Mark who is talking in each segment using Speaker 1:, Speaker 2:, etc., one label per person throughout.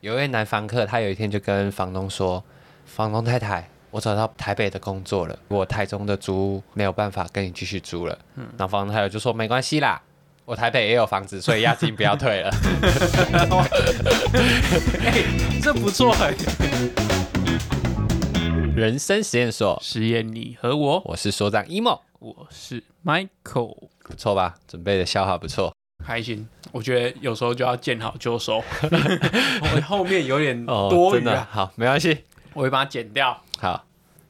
Speaker 1: 有一位男房客，他有一天就跟房东说：“房东太太，我找到台北的工作了，我台中的租屋没有办法跟你继续租了。”然后房东太太就说：“没关系啦，我台北也有房子，所以押金不要退了。
Speaker 2: 哎这不错、欸。
Speaker 1: 人生实验所，
Speaker 2: 实验你和我，
Speaker 1: 我是所长 emo，
Speaker 2: 我是 Michael，
Speaker 1: 不错吧？准备的消耗不错
Speaker 2: 开心。我觉得有时候就要见好就 收，我后面有点
Speaker 1: 哦，
Speaker 2: 多
Speaker 1: 真
Speaker 2: 余
Speaker 1: 的
Speaker 2: 啊，
Speaker 1: 好，没关系，
Speaker 2: 我会把它剪掉。
Speaker 1: 好，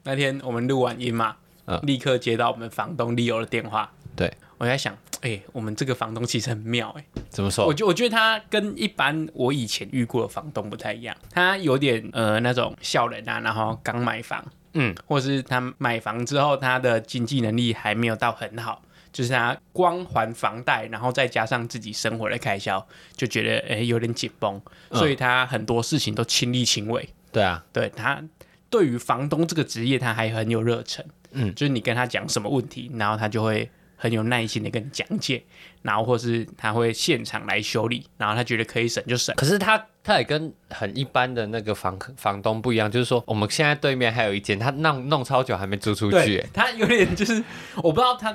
Speaker 2: 那天我们录完音嘛，
Speaker 1: 嗯
Speaker 2: 立刻接到我们房东 Leo 的电话，
Speaker 1: 对，
Speaker 2: 我在想，哎、我们这个房东其实很妙哎、
Speaker 1: 怎么说
Speaker 2: 我？觉我觉得他跟一般我以前遇过的房东不太一样，他有点呃那种笑人啊，然后刚买房，
Speaker 1: 嗯，
Speaker 2: 或是他买房之后他的经济能力还没有到很好，就是他光还房贷，然后再加上自己生活的开销，就觉得诶、有点紧绷，
Speaker 1: 嗯
Speaker 2: 所以他很多事情都亲力亲为。
Speaker 1: 对啊，
Speaker 2: 对他对于房东这个职业，他还很有热忱。
Speaker 1: 嗯
Speaker 2: 就是你跟他讲什么问题，然后他就会很有耐心的跟你讲解，然后或是他会现场来修理，然后他觉得可以省就省。
Speaker 1: 可是他他也跟很一般的那个房客房东不一样，就是说我们现在对面还有一间，他弄弄超久还没租出去
Speaker 2: 对，，他有点就是我不知道他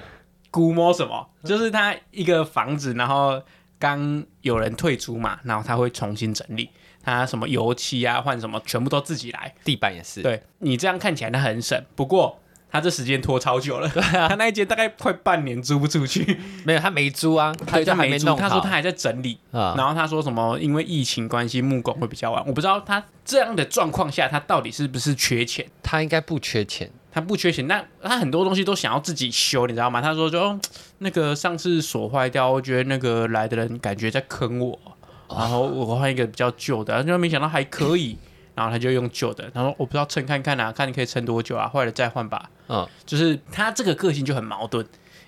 Speaker 2: 估摸什么，
Speaker 1: 嗯
Speaker 2: 就是他一个房子，然后刚有人退出嘛，然后他会重新整理。他什么油漆啊，换什么，全部都自己来。
Speaker 1: 地板也是。
Speaker 2: 对你这样看起来他很省，不过他这时间拖超久了，对啊， 他那一间大概快半年租不出去，
Speaker 1: 没有，他没租啊，
Speaker 2: 对
Speaker 1: 就
Speaker 2: 他
Speaker 1: 还
Speaker 2: 没租
Speaker 1: 弄好。
Speaker 2: 他说他还在整理，
Speaker 1: 啊，
Speaker 2: 然后他说什么？因为疫情关系，木工会比较晚。我不知道他这样的状况下，他到底是不是缺钱？
Speaker 1: 他应该不缺钱，
Speaker 2: 他不缺钱，但他很多东西都想要自己修，你知道吗？他说就、哦那个上次锁坏掉，我觉得那个来的人感觉在坑我，
Speaker 1: 哦
Speaker 2: 然后我换一个比较旧的，然后就没想到还可以，然后他就用旧的。他说哦我不知道撑看看啊，看你可以撑多久啊，坏了再换吧。
Speaker 1: 嗯，
Speaker 2: 就是他这个个性就很矛盾，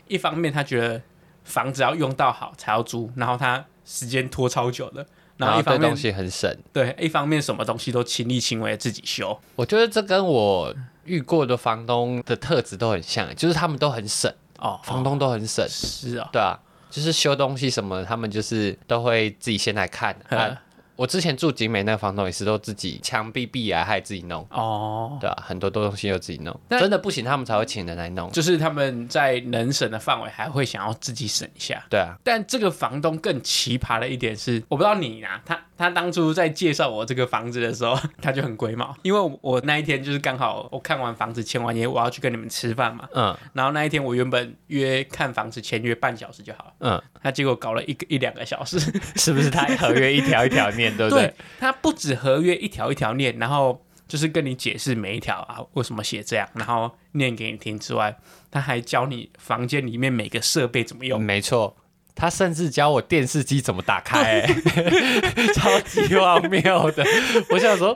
Speaker 2: 一方面他觉得房子要用到好才要租，然后他时间拖超久的，然后一
Speaker 1: 对
Speaker 2: 方面
Speaker 1: 东西很省。
Speaker 2: 对一方面什么东西都亲力亲为自己修，
Speaker 1: 我觉得这跟我遇过的房东的特质都很像，就是他们都很省，
Speaker 2: 哦，
Speaker 1: 房东都很省，
Speaker 2: 是啊、
Speaker 1: 对啊，就是修东西什么的，他们就是都会自己先来看
Speaker 2: 嗯
Speaker 1: 啊。我之前住景美那个房东也是都自己墙壁壁啊，还自己弄，
Speaker 2: 哦，
Speaker 1: 对啊，很多东西都自己弄，
Speaker 2: 那
Speaker 1: 真的不行他们才会请人来弄，
Speaker 2: 就是他们在能省的范围还会想要自己省一下。
Speaker 1: 对啊，
Speaker 2: 但这个房东更奇葩的一点是，我不知道你啊，他他当初在介绍我这个房子的时候， 他就很龟毛，因为我我那一天就是刚好我看完房子签完约，我要去跟你们吃饭嘛，
Speaker 1: 嗯
Speaker 2: 然后那一天我原本约看房子签约半小时就好了，
Speaker 1: 嗯，
Speaker 2: 他结果搞了一个一两个小时。
Speaker 1: 是不是他合约一条一条念，对不对？
Speaker 2: 他不止合约一条一条念，然后就是跟你解释每一条啊为什么写这样，然后念给你听之外，他还教你房间里面每个设备怎么 用。
Speaker 1: 没错，他甚至教我电视机怎么打 开、超级荒谬的。我想说，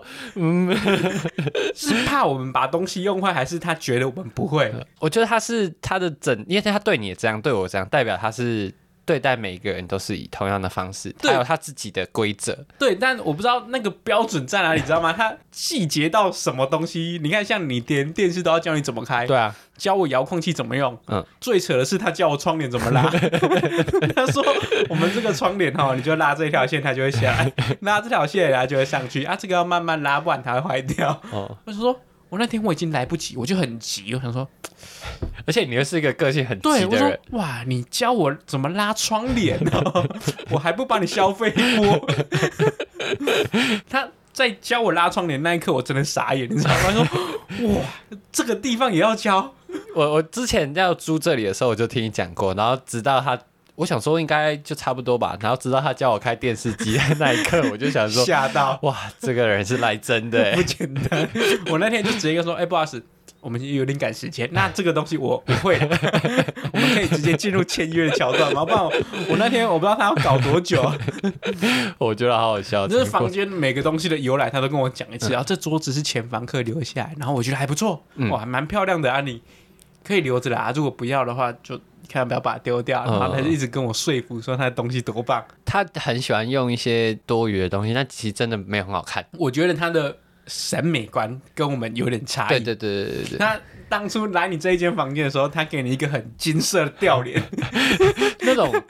Speaker 2: 是怕我们把东西用坏，还是他觉得我们不会？
Speaker 1: 我觉得他是他的整，因为他对你也这样，对我也这样，代表他是对待每一个人都是以同样的方式，
Speaker 2: 对
Speaker 1: 他有他自己的规则。
Speaker 2: 对，但我不知道那个标准在哪里，你知道吗？他细节到什么东西？你看，像你连电视都要教你怎么开，
Speaker 1: 对啊，
Speaker 2: 教我遥控器怎么用。
Speaker 1: 嗯
Speaker 2: 嗯，最扯的是他教我窗帘怎 么拉。他说我们这个窗帘哈，你就拉这条线，它就会下 来；拉这条线，它就会上去。啊，这个要慢慢拉，不然它会坏掉。
Speaker 1: 哦，
Speaker 2: 我就说，我那天我已经来不及，我就很急，我想说，
Speaker 1: 而且你又是一个个性很
Speaker 2: 对
Speaker 1: 急
Speaker 2: 我
Speaker 1: 的
Speaker 2: 说
Speaker 1: 人，，
Speaker 2: 哇，你教我怎么拉窗帘 哦，我还不帮你消费一波。他。在教我拉窗帘那一刻，我真的傻眼，你知道吗？说哇，这个地方也要教，
Speaker 1: 我我之前要租这里的时候，我就听你讲过，然后直到他。我想说应该就差不多吧，然后直到他教我开电视机的那一刻，我就想 说，
Speaker 2: 吓到。
Speaker 1: 哇，这个人是来真的欸、
Speaker 2: 不简 单。我那天就直接跟说，哎、不好意思，我们有点赶时间，那这个东西我我会了， 我们可以直接进入签约的桥段吗？不然我我那天我不知道他要搞多久，啊
Speaker 1: 我觉得好好笑。
Speaker 2: 就是
Speaker 1: 陈国
Speaker 2: 房间每个东西的由来，他都跟我讲
Speaker 1: 嗯
Speaker 2: 一次。然后这桌子是前房客留下来，然后我觉得还不错，哇，蛮漂亮的啊，你可以留着啦。啊如果不要的话，就看要不要把它丢掉。
Speaker 1: 嗯
Speaker 2: 然后他就一直跟我说服，说他的东西多棒。
Speaker 1: 他很喜欢用一些多余的东西，但其实真的没有很好看。
Speaker 2: 我觉得他的审美观跟我们有点差
Speaker 1: 对
Speaker 2: 异。
Speaker 1: 对对对 对
Speaker 2: 他 当初来你这一间房间的时候，他给你一个很金色的吊帘，
Speaker 1: 对，那种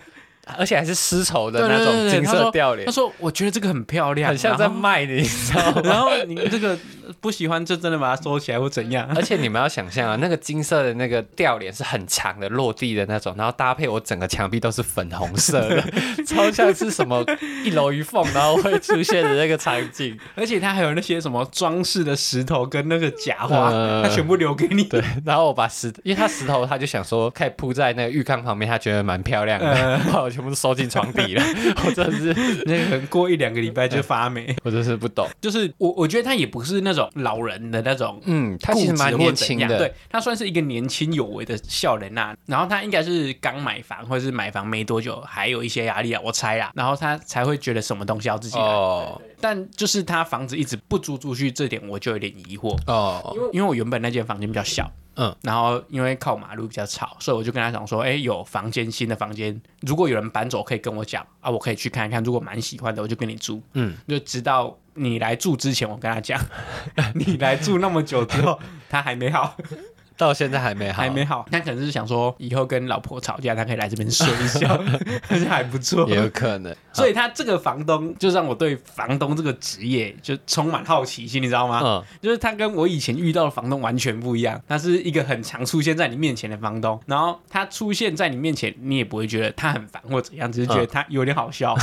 Speaker 1: 而且还是丝绸的
Speaker 2: 对
Speaker 1: 那
Speaker 2: 对对
Speaker 1: 种
Speaker 2: 对
Speaker 1: 金
Speaker 2: 他
Speaker 1: 色
Speaker 2: 说
Speaker 1: 吊帘
Speaker 2: 他，说：“我觉得这个很漂亮，啊
Speaker 1: 很像在啊
Speaker 2: 然后
Speaker 1: 卖 你，你知道吗？
Speaker 2: 然后你这个不喜欢就真的把它收起来或怎样？
Speaker 1: 而且你们要想象啊，那个金色的那个吊帘是很长的，落地的那种，然后搭配我整个墙壁都是粉红色 的，超像是什么一楼一凤，然后会出现的那个场景。
Speaker 2: 而且它还有那些什么装饰的石头跟那个假花，
Speaker 1: 呃
Speaker 2: 它全部留给你。
Speaker 1: 对，然后我把石，因为他石头，他就想说可以铺在那个浴缸旁边，他觉得蛮漂亮的， 把我全部都收进床 底了。我真的是，
Speaker 2: 那可能过一两个礼拜就发霉。
Speaker 1: 我真是不懂。
Speaker 2: 就是我，我觉得他也不是那种老人的那种
Speaker 1: 嗯，他
Speaker 2: 固
Speaker 1: 其
Speaker 2: 执
Speaker 1: 实
Speaker 2: 或
Speaker 1: 蛮
Speaker 2: 怎样，
Speaker 1: 年轻的，
Speaker 2: 对嗯他算是一个年轻有为的笑人呐、然后他应该是刚买房，或者是买房没多久，还有一些压力啊，我猜啦。然后他才会觉得什么东西要自己来。
Speaker 1: 哦
Speaker 2: 但就是他房子一直不租出去，这点我就有点疑惑。
Speaker 1: 哦，
Speaker 2: 因为我原本那间房间比较小，
Speaker 1: 嗯，
Speaker 2: 然后因为靠马路比较吵，所以我就跟他讲说，哎，有房间新的房间，如果有人搬走可以跟我讲啊，我可以去看一看，如果蛮喜欢的我就跟你住，
Speaker 1: 嗯，
Speaker 2: 就直到你来住之前，我跟他 讲，你来住那么久之后，他还没好，
Speaker 1: 到现在还没好，
Speaker 2: 还没好，他可能是想说以后跟老婆吵架，他可以来这边睡 一下，但是还不错
Speaker 1: 也。有可 能。
Speaker 2: 所以他这个房东就让我对房东这个职业就充满好奇心，你知道吗？
Speaker 1: 嗯，
Speaker 2: 就是他跟我以前遇到的房东完全不一样，他是一个很常出现在你面前的房东，然后他出现在你面前，你也不会觉得他很烦或怎样，只是觉
Speaker 1: 嗯
Speaker 2: 得他有点好 笑，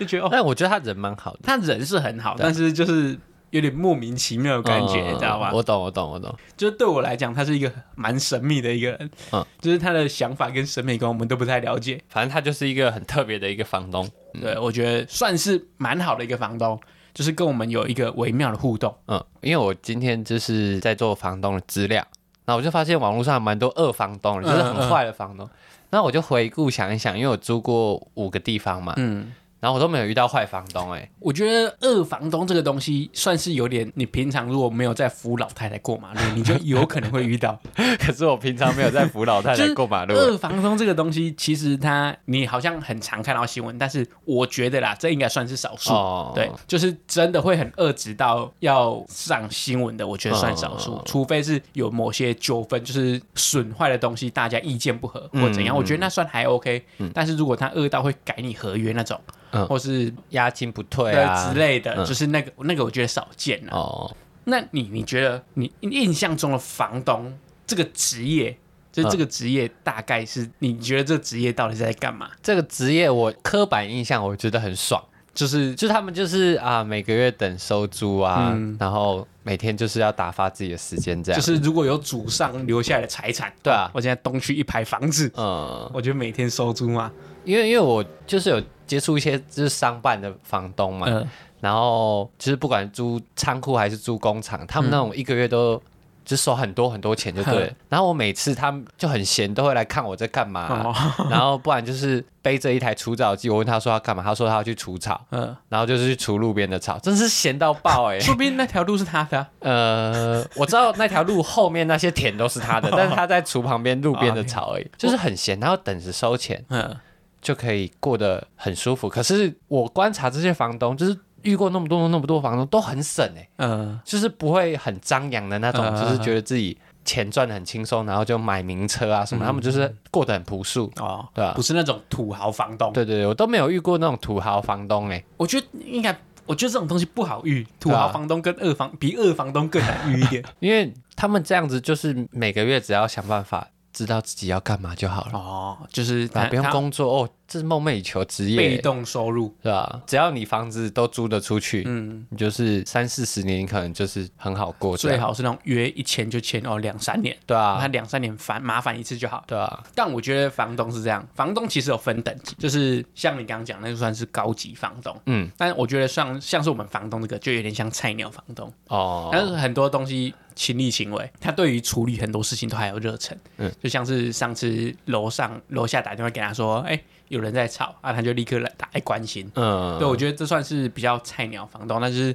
Speaker 2: 就觉得哦，
Speaker 1: 但我觉得他人蛮好的。
Speaker 2: 他人是很好，但是就是有点莫名其妙的感觉，
Speaker 1: 嗯
Speaker 2: 你知道吗？
Speaker 1: 我懂，我懂，我懂。
Speaker 2: 就是对我来讲，他是一个蛮神秘的一个人，
Speaker 1: 嗯
Speaker 2: 就是他的想法跟审美观我们都不太了解，
Speaker 1: 反正他就是一个很特别的一个房东。
Speaker 2: 对我觉得算是蛮好的一个房东，就是跟我们有一个微妙的互动，
Speaker 1: 嗯，因为我今天就是在做房东的资料，那我就发现网络上蛮多二房东的，
Speaker 2: 嗯
Speaker 1: 就是很坏的房东。那我就回顾想一想，因为我租过五个地方嘛，
Speaker 2: 嗯。
Speaker 1: 然后我都没有遇到坏房东、 欸，
Speaker 2: 我觉得二房东这个东西算是有点，你平常如果没有在扶老太太过 马路，你就有可能会遇到。
Speaker 1: 哎，可是我平常没有在扶老太
Speaker 2: 就
Speaker 1: 太
Speaker 2: 是
Speaker 1: 过马路。
Speaker 2: 二房东这个东西，其实它你好像很常看到新闻，但是我觉得啦，这应该算是少数。
Speaker 1: 哦
Speaker 2: 对，就是真的会很恶直到要上新闻的，我觉得算少数，
Speaker 1: 哦
Speaker 2: 除非是有某些纠纷，就是损坏的东西，大家意见不合
Speaker 1: 嗯
Speaker 2: 或怎样，我觉得那算还 OK、但是如果他恶到会改你合约那种，
Speaker 1: 嗯
Speaker 2: 或是
Speaker 1: 押金不退
Speaker 2: 对
Speaker 1: 啊
Speaker 2: 之类的，
Speaker 1: 嗯
Speaker 2: 就是那个那个我觉得少见啊。
Speaker 1: 哦，
Speaker 2: 那你你觉得你你印象中的房东这个职业，
Speaker 1: 嗯
Speaker 2: 就是这个职业大概是、你觉得这个职业到底是在干嘛？
Speaker 1: 这个职业我刻板印象我觉得很爽，
Speaker 2: 就是
Speaker 1: 就是他们就是啊每个月等收租啊，
Speaker 2: 嗯
Speaker 1: 然后每天就是要打发自己的时间这样。
Speaker 2: 就是如果有祖上留下来的财产，
Speaker 1: 啊对啊
Speaker 2: 我现在东区一排房子，
Speaker 1: 嗯，
Speaker 2: 我就每天收租嘛，
Speaker 1: 因为因为我就是有接触一些就是商办的房东嘛，
Speaker 2: 嗯，
Speaker 1: 然后就是不管租仓库还是租工厂，他们
Speaker 2: 嗯
Speaker 1: 那种一个月都就收很多很多钱就对了
Speaker 2: 哼。
Speaker 1: 然后我每次他们就很闲，都会来看我在干嘛、
Speaker 2: 哦，
Speaker 1: 然后不然就是背着一台除草机，我问他说要干嘛，他说他要去除草，
Speaker 2: 嗯，
Speaker 1: 然后就是去除路边的草，真是闲到爆 哎、
Speaker 2: 说不定那条路是他的啊、
Speaker 1: 呃，我知道那条路后面那些田都是他的，但是他在除旁边路边的草而已，就是很闲，然后等着收钱。
Speaker 2: 嗯，
Speaker 1: 就可以过得很舒服。可是我观察这些房东，就是遇过那么多那么多房东，都很省哎、
Speaker 2: 嗯，
Speaker 1: 就是不会很张扬的那种，
Speaker 2: 嗯
Speaker 1: 就是觉得自己钱赚的很轻松，然后就买名车啊什
Speaker 2: 嗯
Speaker 1: 么，他们就是过得很朴素。
Speaker 2: 哦，
Speaker 1: 对啊
Speaker 2: 不是那种土豪房东，
Speaker 1: 对对对，我都没有遇过那种土豪房东哎、
Speaker 2: 我觉得应该。我觉得这种东西不好遇，土
Speaker 1: 对
Speaker 2: 豪
Speaker 1: 啊
Speaker 2: 房东跟二房比二房东更难遇 一点。
Speaker 1: 因为他们这样子就是每个月只要想办法知道自己要干嘛就好了，
Speaker 2: 哦，就是
Speaker 1: 啊
Speaker 2: 他
Speaker 1: 不用
Speaker 2: 他
Speaker 1: 工作哦，这是梦寐以求的职业、
Speaker 2: 被
Speaker 1: 欸，
Speaker 2: 动收入，
Speaker 1: 对吧、只要你房子都租得出去，
Speaker 2: 嗯，
Speaker 1: 你就是三四十年，你可能就是很好过这
Speaker 2: 最
Speaker 1: 样，
Speaker 2: 好是那种约一签就签哦，两三年，
Speaker 1: 对啊
Speaker 2: 他，两三年烦麻烦一次就好。
Speaker 1: 对啊，
Speaker 2: 但我觉得房东是这样，房东其实有分等级，就是像你刚刚讲，那就算是高级房东。
Speaker 1: 嗯，
Speaker 2: 但我觉得像像是我们房东这个，就有点像菜鸟房东，
Speaker 1: 哦，
Speaker 2: 但是很多东西亲力亲为，他对于处理很多事情都还有热忱。
Speaker 1: 嗯，
Speaker 2: 就像是上次楼上楼下打电话给他说，哎、有人在吵啊，他就立刻来打来关心。
Speaker 1: 嗯，
Speaker 2: 对，我觉得这算是比较菜鸟房东，但是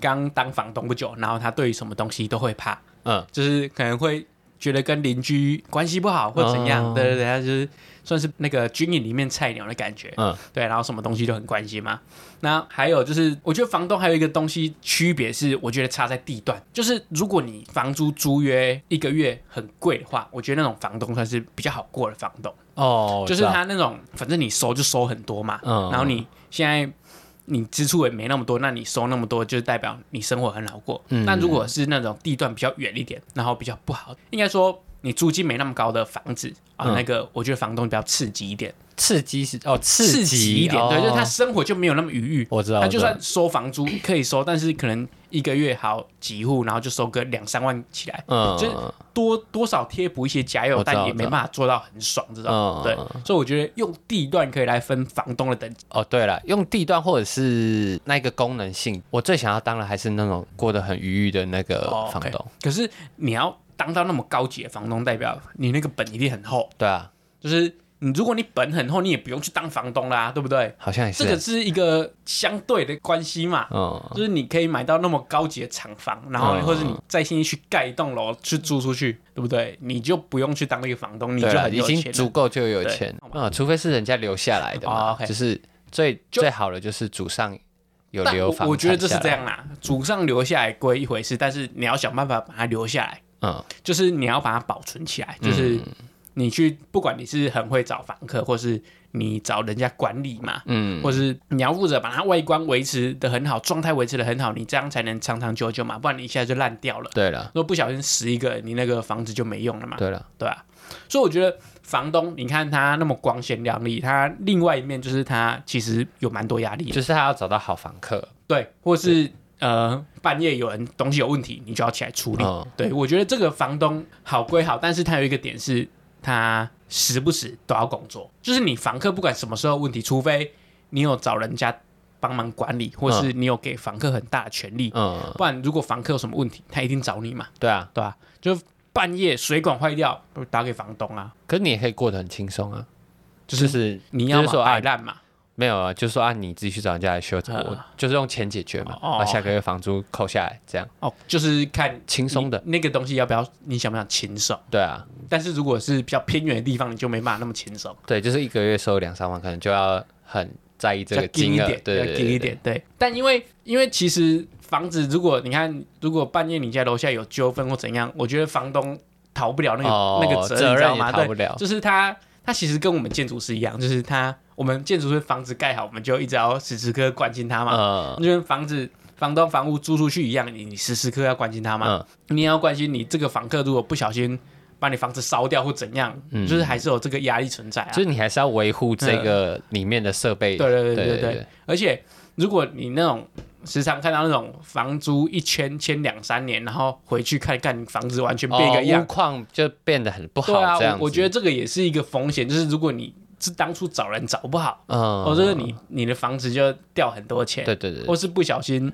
Speaker 2: 刚当房东不久，然后他对于什么东西都会怕，
Speaker 1: 嗯，
Speaker 2: 就是可能会觉得跟邻居关系不好或怎样，
Speaker 1: 哦
Speaker 2: 对对对，他就是算是那个军营里面菜鸟的感觉，
Speaker 1: 嗯
Speaker 2: 对，然后什么东西都很关心嘛。那还有就是，我觉得房东还有一个东西区别是，我觉得差在地段，就是如果你房租租约一个月很贵的话，我觉得那种房东算是比较好过的房东，
Speaker 1: 哦，我
Speaker 2: 就是
Speaker 1: 知道
Speaker 2: 他那种反正你收就收很多嘛，
Speaker 1: 嗯
Speaker 2: 然后你现在。你支出也没那么多，那你收那么多，就是代表你生活很好过。
Speaker 1: 嗯
Speaker 2: 但如果是那种地段比较远一点，然后比较不好，应该说你租金没那么高的房子啊，
Speaker 1: 嗯
Speaker 2: 那个我觉得房东比较刺激一点，
Speaker 1: 刺激是哦，
Speaker 2: 刺激
Speaker 1: 激
Speaker 2: 一点，对，就是他
Speaker 1: 哦
Speaker 2: 生活就没有那么愉悦。
Speaker 1: 我知道，
Speaker 2: 他
Speaker 1: 我知
Speaker 2: 就
Speaker 1: 道
Speaker 2: 算收房租可以收，但是可能一个月好几户，然后就收个两三万起来，
Speaker 1: 嗯，
Speaker 2: 就是多多少贴补一些家用，
Speaker 1: 我知道
Speaker 2: 但也没办法做到很爽这种
Speaker 1: 嗯。
Speaker 2: 对
Speaker 1: 嗯，
Speaker 2: 所以我觉得用地段可以来分房东的等级。
Speaker 1: 哦，对了，用地段或者是那个功能性，我最想要当然还是那种过得很愉悦的那个
Speaker 2: 哦
Speaker 1: 房
Speaker 2: OK
Speaker 1: 东。
Speaker 2: 可是你要当到那么高级的房东，代表你那个本一定很厚，
Speaker 1: 对啊，
Speaker 2: 就是你如果你本很厚，你也不用去当房东啦，对不对？
Speaker 1: 好像也是
Speaker 2: 这个是一个相对的关系嘛。
Speaker 1: 嗯，
Speaker 2: 就是你可以买到那么高级的厂房，然后
Speaker 1: 嗯
Speaker 2: 或者你在新义去盖一栋楼去租出去，对不对？你就不用去当那个房东，你就
Speaker 1: 对啦
Speaker 2: 很
Speaker 1: 已
Speaker 2: 有
Speaker 1: 经
Speaker 2: 钱
Speaker 1: 足
Speaker 2: 了。
Speaker 1: 够就有
Speaker 2: 对
Speaker 1: 钱
Speaker 2: 好吧
Speaker 1: 啊，除非是人家留下来的
Speaker 2: 哦
Speaker 1: 嘛，
Speaker 2: ，OK
Speaker 1: 就是最
Speaker 2: 就
Speaker 1: 最好的就是祖上有
Speaker 2: 但
Speaker 1: 留
Speaker 2: 我
Speaker 1: 房，
Speaker 2: 我觉得这是这，样啦，祖上留下来归一回事，但是你要想办法把它留下来，
Speaker 1: 嗯，
Speaker 2: 就是你要把它保存起来，就是你去，不管你是很会找房客，或是你找人家管理嘛，嗯，或是你要负责把它外观维持的很好，状态维持的很好，你这样才能长长久久嘛，不然你一下就烂掉了。
Speaker 1: 对了，
Speaker 2: 如果不小心死一个，你那个房子就没用了嘛。
Speaker 1: 对了，
Speaker 2: 对啊，所以我觉得房东，你看他那么光鲜亮丽，他另外一面就是他其实有蛮多压力的，
Speaker 1: 就是他要找到好房客，
Speaker 2: 对，或是呃半夜有人东西有问题，你就要起来处理。
Speaker 1: 嗯，
Speaker 2: 对我觉得这个房东好归好，但是他有一个点是，他时不时都要工作，就是你房客不管什么时候有问题，除非你有找人家帮忙管理，或是你有给房客很大的权利，
Speaker 1: 嗯，
Speaker 2: 不然如果房客有什么问题，他一定找你嘛，
Speaker 1: 对啊，
Speaker 2: 对吧、就半夜水管坏掉，打给房东啊。
Speaker 1: 可是你也可以过得很轻松啊，
Speaker 2: 就
Speaker 1: 就是是
Speaker 2: 你要
Speaker 1: 就是说
Speaker 2: 嘛摆
Speaker 1: 啊，
Speaker 2: 烂嘛，
Speaker 1: 没有啊，就说啊，你自己去找人家来修，
Speaker 2: 呃
Speaker 1: 我就是用钱解决嘛，
Speaker 2: 哦
Speaker 1: 啊，下个月房租扣下来，这样
Speaker 2: 哦，就是看
Speaker 1: 轻松的，
Speaker 2: 你那个东西要不要，你想不想禽兽？
Speaker 1: 对啊，
Speaker 2: 但是如果是比较偏远的地方，你就没办法那么禽兽，
Speaker 1: 对，就是一个月收两三万，可能就要很在意这
Speaker 2: 要
Speaker 1: 个
Speaker 2: 低一
Speaker 1: 金额，
Speaker 2: 点，
Speaker 1: 对
Speaker 2: 要
Speaker 1: 对
Speaker 2: 低
Speaker 1: 对，
Speaker 2: 一点，对。但因为因为其实房子，如果你看，如果半夜你家楼下有纠纷或怎样，我觉得房东逃不了那个、
Speaker 1: 哦
Speaker 2: 那个责
Speaker 1: 责
Speaker 2: 你知
Speaker 1: 任
Speaker 2: 道
Speaker 1: 也
Speaker 2: 吗？
Speaker 1: 逃
Speaker 2: 对
Speaker 1: 不，了，
Speaker 2: 就是他他其实跟我们建筑师一样，就是他我们建筑师房子盖好，我们就一直要时时刻刻关心他嘛，
Speaker 1: 嗯
Speaker 2: 就跟房子房东房屋租出去一样，你你时时刻刻要关心他嘛。
Speaker 1: 嗯，
Speaker 2: 你也要关心你这个房客如果不小心把你房子烧掉或怎样，
Speaker 1: 嗯
Speaker 2: 就是还是有这个压力存在啊。
Speaker 1: 就是你还是要维护这个里面的设备，
Speaker 2: 嗯对对对对
Speaker 1: 对
Speaker 2: 对而且如果你那种时常看到那种房租一签签两三年，然后回去看看房子完全变一个
Speaker 1: 哦
Speaker 2: 样
Speaker 1: 屋，况就变得很不好
Speaker 2: 对，啊
Speaker 1: 这样，子，
Speaker 2: 我我觉得这个也是一个风险，就是如果你是当初找人找不好，
Speaker 1: 嗯，
Speaker 2: 或者是你你的房子就掉很多钱，
Speaker 1: 对对对，
Speaker 2: 或是不小心。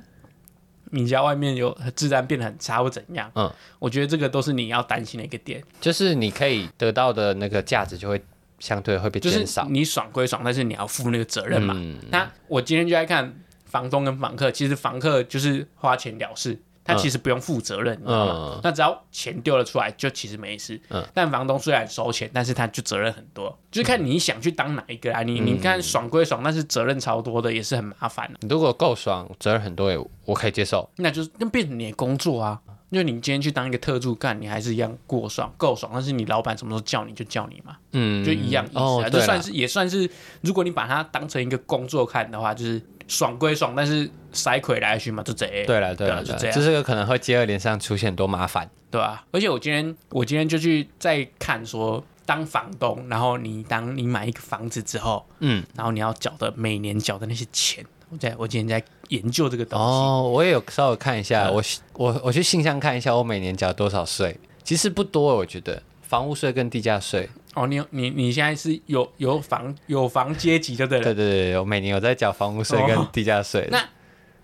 Speaker 2: 你家外面有治安变得很差或怎样？
Speaker 1: 嗯，
Speaker 2: 我觉得这个都是你要担心的一个点。
Speaker 1: 就是你可以得到的那个价值就会相对会被
Speaker 2: 就是
Speaker 1: 减少，
Speaker 2: 你爽归爽，但是你要负那个责任嘛。
Speaker 1: 嗯
Speaker 2: 那我今天就在看房东跟房客，其实房客就是花钱了事，他其实不用负责任，你知道吗？
Speaker 1: 嗯
Speaker 2: 那只要钱丢了出来，就其实没事。
Speaker 1: 嗯
Speaker 2: 但房东虽然收钱，但是他就责任很多，就是看你想去当哪一个啊。你
Speaker 1: 嗯
Speaker 2: 你看爽归爽，但是责任超多的，也是很麻烦的、
Speaker 1: 你如果够爽，责任很多也我可以接受，
Speaker 2: 那就是那变成你的工作啊。因为你今天去当一个特助干，你还是一样过爽够爽，但是你老板什么时候叫你就叫你嘛。
Speaker 1: 嗯，
Speaker 2: 就一样意思啊，
Speaker 1: 哦，
Speaker 2: 就
Speaker 1: 对
Speaker 2: 算
Speaker 1: 啦
Speaker 2: 是也算是，如果你把它当成一个工作看的话，就是爽归爽，但是塞亏来去嘛，就这样，
Speaker 1: 对了，对
Speaker 2: 对啊
Speaker 1: 了，
Speaker 2: 就
Speaker 1: 对啦
Speaker 2: 这样
Speaker 1: 就是有可能会接二连三出现很多麻烦。
Speaker 2: 对吧、而且我今天我今天就去再看说，当房东，然后你当你买一个房子之后，
Speaker 1: 嗯，
Speaker 2: 然后你要缴的每年缴的那些钱，我在我今天在研究这个东西，
Speaker 1: 哦，我也有稍微看一下，我我我去信箱看一下，我每年缴多少税，其实不多，我觉得房屋税跟地价税，
Speaker 2: 哦，你有你你现在是有有房有房阶级就对了，
Speaker 1: 对对对，对我每年有在缴房屋税跟
Speaker 2: 哦
Speaker 1: 地价税。
Speaker 2: 那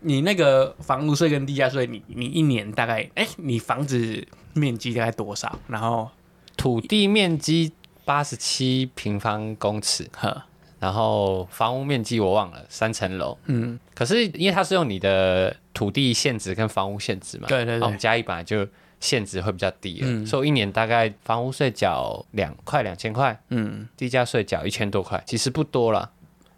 Speaker 2: 你那个房屋税跟地价税，你你一年大概，哎、你房子面积大概多少？然后
Speaker 1: 土地面积八十七平方公尺，
Speaker 2: 呵，
Speaker 1: 然后房屋面积我忘了三层楼，
Speaker 2: 嗯。
Speaker 1: 可是因为它是用你的土地限制跟房屋限制嘛，
Speaker 2: 对对对
Speaker 1: 我们嘉义本来就限值会比较低了，
Speaker 2: 嗯
Speaker 1: 所以我一年大概房屋税缴两块两千块，
Speaker 2: 嗯，
Speaker 1: 地价税缴一千多块，其实不多了。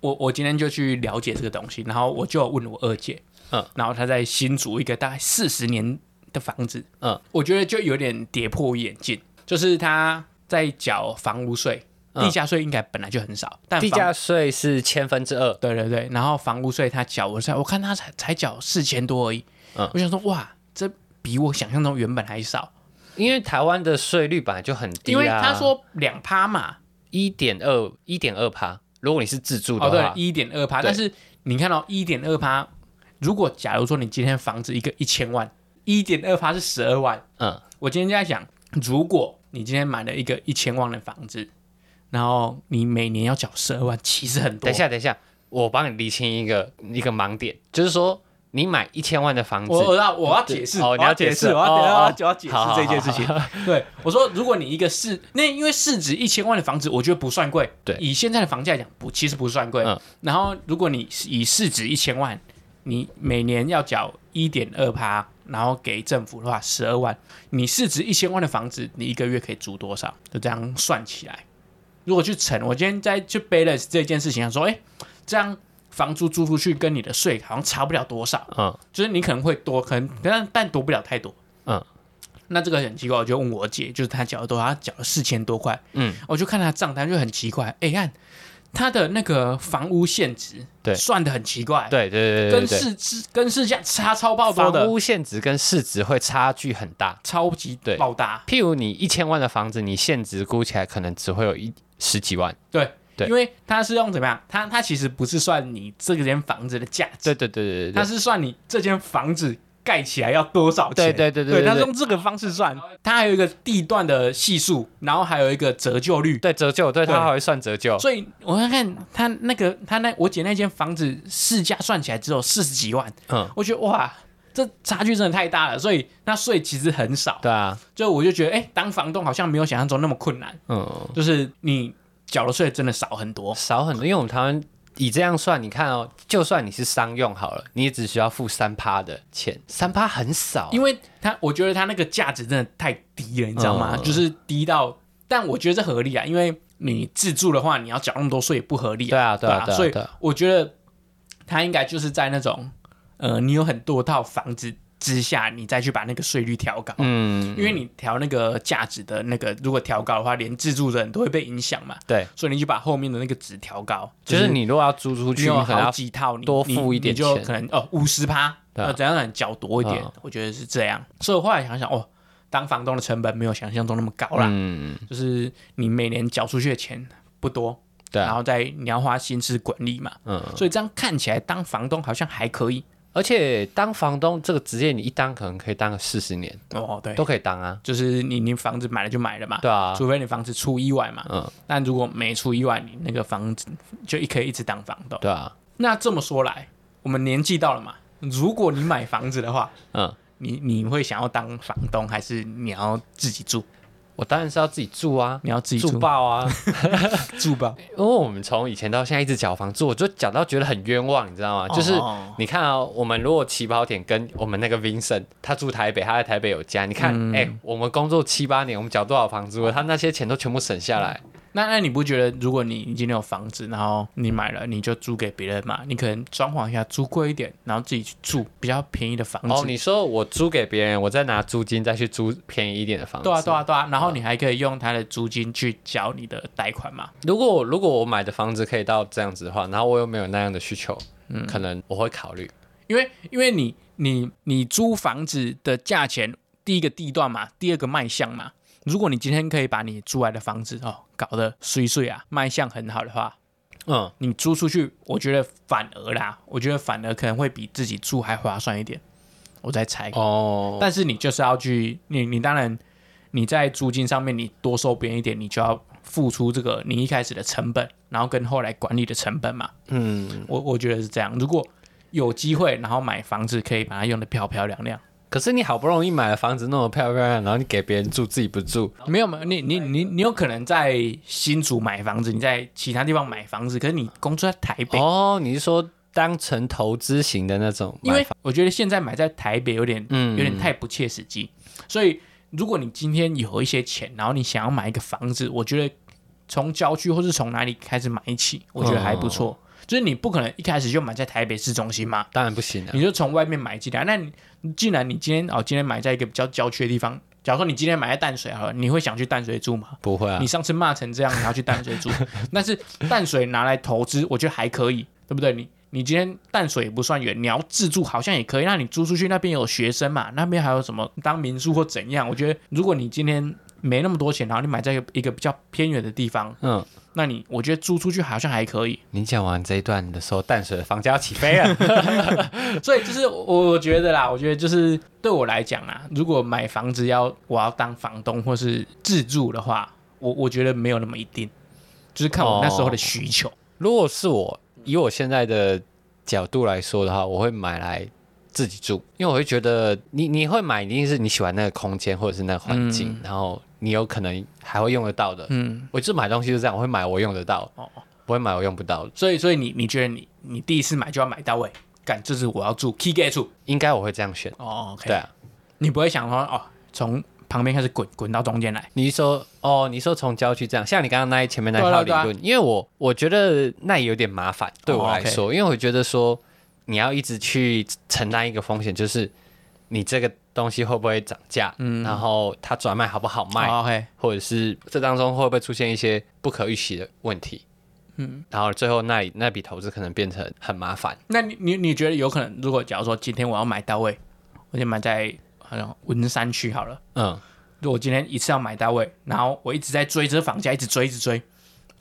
Speaker 2: 我我今天就去了解这个东西，然后我就有问我二姐，
Speaker 1: 嗯，
Speaker 2: 然后她在新竹一个大概四十年的房子，
Speaker 1: 嗯，
Speaker 2: 我觉得就有点跌破眼镜，就是她在缴房屋税、
Speaker 1: 嗯
Speaker 2: 地价税，应该本来就很少，但
Speaker 1: 地
Speaker 2: 房
Speaker 1: 价税是千分之二，
Speaker 2: 对对对，然后房屋税他缴，我才我看他才才缴四千多而已，
Speaker 1: 嗯
Speaker 2: 我想说哇，这比我想象中原本还少，
Speaker 1: 因为台湾的税率本来就很低啊
Speaker 2: 因
Speaker 1: 啦。
Speaker 2: 为他说两趴嘛，
Speaker 1: 一点二一点二趴，如果你是自住
Speaker 2: 哦
Speaker 1: 的
Speaker 2: 对
Speaker 1: 话，，
Speaker 2: 一点二趴，
Speaker 1: 对
Speaker 2: 但是你看到一点二趴，如果假如说你今天房子一个一千万，一点二趴是十二万，
Speaker 1: 嗯，
Speaker 2: 我今天就在想，如果你今天买了一个一千万的房子，然后你每年要缴十二万，其实很多，
Speaker 1: 等一下等一下，我帮你厘清一个一个盲点，就是说你买一千万的房子，
Speaker 2: 我我要我要解释，
Speaker 1: 哦
Speaker 2: 我
Speaker 1: 你要
Speaker 2: 要
Speaker 1: 解
Speaker 2: 解
Speaker 1: 释
Speaker 2: 释，我要我
Speaker 1: 哦
Speaker 2: 要
Speaker 1: 哦
Speaker 2: 我要解释
Speaker 1: 好好
Speaker 2: 这件事情。对，我说，如果你一个市那因为市值一千万的房子，我觉得不算贵。
Speaker 1: 对
Speaker 2: 以现在的房价来讲，不其实不算贵
Speaker 1: 嗯。
Speaker 2: 然后如果你以市值一千万，你每年要缴一点二趴，然后给政府的话十二万，你市值一千万的房子，你一个月可以租多少？就这样算起来。如果去乘，我今天在去 balance 这件事情上说，哎、这样房租租出去跟你的税好像差不了多少。
Speaker 1: 嗯
Speaker 2: 就是你可能会多，可能但但多不了太多。
Speaker 1: 嗯，
Speaker 2: 那这个很奇怪，我就问我姐，就是她缴了多少，她缴了四千多块。
Speaker 1: 嗯，
Speaker 2: 我就看她账单就很奇怪，哎、看她的那个房屋现值，
Speaker 1: 对
Speaker 2: 算的很奇怪，，
Speaker 1: 对对对对对
Speaker 2: 跟
Speaker 1: 对。
Speaker 2: 市值跟市价差超爆多
Speaker 1: 房
Speaker 2: 的，
Speaker 1: 屋现值跟市值会差距很大，
Speaker 2: 超级
Speaker 1: 对
Speaker 2: 爆大，
Speaker 1: 譬如你一千万的房子，你现值估起来可能只会有一十几万。
Speaker 2: 对。
Speaker 1: 对
Speaker 2: 因为它是用怎么样？它它其实不是算你这间房子的价
Speaker 1: 对
Speaker 2: 值，
Speaker 1: 对对对对
Speaker 2: 它
Speaker 1: 对，
Speaker 2: 是算你这间房子盖起来要多少钱。
Speaker 1: 对对对对
Speaker 2: 对，他是
Speaker 1: 对
Speaker 2: 用这个方式算，它还有一个地段的系数，然后还有一个折旧率，
Speaker 1: 对折旧，对
Speaker 2: 对
Speaker 1: 它还会算折旧。
Speaker 2: 所以我看看他那个他那我姐那间房子市价算起来只有四十几万，
Speaker 1: 嗯，
Speaker 2: 我觉得哇，这差距真的太大了，所以那税其实很少，
Speaker 1: 对啊，
Speaker 2: 所以我就觉得哎、当房东好像没有想象中那么困难，
Speaker 1: 嗯，
Speaker 2: 就是你缴的税真的少很多，
Speaker 1: 少很多，因为我们台湾以这样算，你看哦，就算你是商用好了，你也只需要付三趴的钱，三趴很少。啊
Speaker 2: 因
Speaker 1: 为
Speaker 2: 为他我觉得他那个价值真的太低了，你知道吗？
Speaker 1: 嗯
Speaker 2: 就是低到，但我觉得这合理啊，因为你自住的话，你要缴那么多税也不合理啊
Speaker 1: 对啊对啊对啊
Speaker 2: 所以
Speaker 1: 对啊
Speaker 2: 我觉得他应该就是在那种，呃，你有很多套房子之下，你再去把那个税率调高，
Speaker 1: 嗯，
Speaker 2: 因为你调那个价值的那个，如果调高的话，连自住的人都会被影响嘛，
Speaker 1: 对，
Speaker 2: 所以你就把后面的那个值调高，
Speaker 1: 就是你如果要租出
Speaker 2: 你
Speaker 1: 去，
Speaker 2: 有
Speaker 1: 你可能
Speaker 2: 好
Speaker 1: 要
Speaker 2: 几套，你
Speaker 1: 多
Speaker 2: 你
Speaker 1: 付一点
Speaker 2: 你就
Speaker 1: 钱
Speaker 2: 可能哦五十趴，
Speaker 1: 对啊
Speaker 2: 呃，怎样让你缴多一点
Speaker 1: 嗯？
Speaker 2: 我觉得是这样，所以我后来想想，哦，当房东的成本没有想象中那么高啦，
Speaker 1: 嗯，
Speaker 2: 就是你每年缴出去的钱不多，
Speaker 1: 对
Speaker 2: 然
Speaker 1: 啊，
Speaker 2: 后再你要花心思管理嘛，
Speaker 1: 嗯。
Speaker 2: 所以这样看起来当房东好像还可以
Speaker 1: 而且当房东这个职业，你一当可能可以当个四十年，
Speaker 2: 哦，对，
Speaker 1: 都可以当啊。
Speaker 2: 就是你你房子买了就买了嘛，
Speaker 1: 对啊，
Speaker 2: 除非你房子出意外嘛，
Speaker 1: 嗯，
Speaker 2: 但如果没出意外，你那个房子就一可以一直当房东。
Speaker 1: 对啊，
Speaker 2: 那这么说来，我们年纪到了嘛，如果你买房子的话。
Speaker 1: 嗯，
Speaker 2: 你你会想要当房东，还是你要自己住？
Speaker 1: 我当然是要自己住啊，
Speaker 2: 你要自己
Speaker 1: 住爆啊。
Speaker 2: 住吧，
Speaker 1: 因为我们从以前到现在一直缴房租，我就缴到觉得很冤枉，你知道吗？就是
Speaker 2: 哦
Speaker 1: 你看啊、我们如果起跑点跟我们那个 Vincent，他住台北，他在台北有家，你看，哎、
Speaker 2: 嗯
Speaker 1: 我们工作七八年，我们缴多少房租了？他那些钱都全部省下来。
Speaker 2: 那那你不觉得，如果你你今天有房子，然后你买了，你就租给别人嘛？你可能装潢一下，租贵一点，然后自己去住比较便宜的房子。
Speaker 1: 哦，你说我租给别人，我再拿租金再去租便宜一点的房子。
Speaker 2: 对啊对啊对啊，
Speaker 1: 嗯
Speaker 2: 然后你还可以用他的租金去缴你的贷款嘛？
Speaker 1: 如果如果我买的房子可以到这样子的话，然后我又没有那样的需求，
Speaker 2: 嗯
Speaker 1: 可能我会考虑。
Speaker 2: 因为因为你你你租房子的价钱，第一个地段嘛，第二个卖相嘛。如果你今天可以把你租来的房子哦搞得碎碎啊，卖相很好的话，
Speaker 1: 嗯，
Speaker 2: 你租出去，我觉得反而啦，我觉得反而可能会比自己住还划算一点。我在猜，
Speaker 1: 哦，
Speaker 2: 但是你就是要去，你你当然你在租金上面你多收别人一点，你就要付出这个你一开始的成本，然后跟后来管理的成本嘛。
Speaker 1: 嗯，
Speaker 2: 我我觉得是这样。如果有机会，然后买房子可以把它用的漂漂亮亮。
Speaker 1: 可是你好不容易买了房子，弄得漂漂亮亮，然后你给别人住，自己不住，
Speaker 2: 没有没有，你你你你有可能在新竹买房子，你在其他地方买房子，可是你工作在台北，
Speaker 1: 哦，你是说当成投资型的那种
Speaker 2: 因
Speaker 1: 买
Speaker 2: 为
Speaker 1: 法？
Speaker 2: 我觉得现在买在台北有点，
Speaker 1: 嗯
Speaker 2: 有点太不切实际，所以如果你今天有一些钱，然后你想要买一个房子，我觉得从郊区或是从哪里开始买起，我觉得还不
Speaker 1: 哦
Speaker 2: 错。就是你不可能一开始就买在台北市中心嘛，
Speaker 1: 当然不行啊
Speaker 2: 你。就从外面买进来。那你既然你今天哦，今天买在一个比较郊区的地方，假如说你今天买在淡水好了，你会想去淡水住吗？
Speaker 1: 不会啊
Speaker 2: 你，上次骂成这样，你要去淡水 住，但是淡水拿来投资，我觉得还可以，对不对？你你今天淡水也不算远，你要自住好像也可以。那你租出去那边有学生嘛？那边还有什么当民宿或怎样？我觉得如果你今天没那么多钱，然后你买在一个一个比较偏远的地方，
Speaker 1: 嗯，
Speaker 2: 那你我觉得租出去好像还可以。
Speaker 1: 你讲完这一段的时候，淡水的房价要起飞了。
Speaker 2: 所以就是我我觉得啦，我觉得就是对我来讲啊，如果买房子要我要当房东或是自住的话，我我觉得没有那么一定，就是看我那时候
Speaker 1: 哦
Speaker 2: 的需求。
Speaker 1: 如果是我，以我现在的角度来说的话，我会买来自己住，因为我会觉得你你会买一定是你喜欢那个空间或者是那个环境，然后你有可能还会用得到的。
Speaker 2: 嗯，
Speaker 1: 我就买东西就这样，我会买我用得到，
Speaker 2: 哦
Speaker 1: 不会买我用不到的。
Speaker 2: 所以，所以你你觉得你你第一次买就要买到位，干，这是我要住 key get 住
Speaker 1: 应该我会这样选。
Speaker 2: 哦，OK，
Speaker 1: 对啊，
Speaker 2: 你不会想说哦，从旁边开始滚滚到中间来，
Speaker 1: 你是说哦，你说从郊区这样，像你刚刚那一前面那一
Speaker 2: 对啊
Speaker 1: 套理
Speaker 2: 对啊哦
Speaker 1: 论，因为我我觉得那也有点麻烦对我来说，因为我觉得说你要一直去承担一个风险，就是你这个东西会不会涨价，然后它转卖好不好卖，
Speaker 2: 嗯哦、，OK，
Speaker 1: 或者是这当中会不会出现一些不可预期的问题，嗯，然后最后那里那笔投资可能变成很麻烦。
Speaker 2: 那你你你觉得有可能，如果假如说今天我要买到位，我就买在好像文山区好了，
Speaker 1: 嗯，
Speaker 2: 如果我今天一次要买到位，然后我一直在追这房价，一直追，一直追，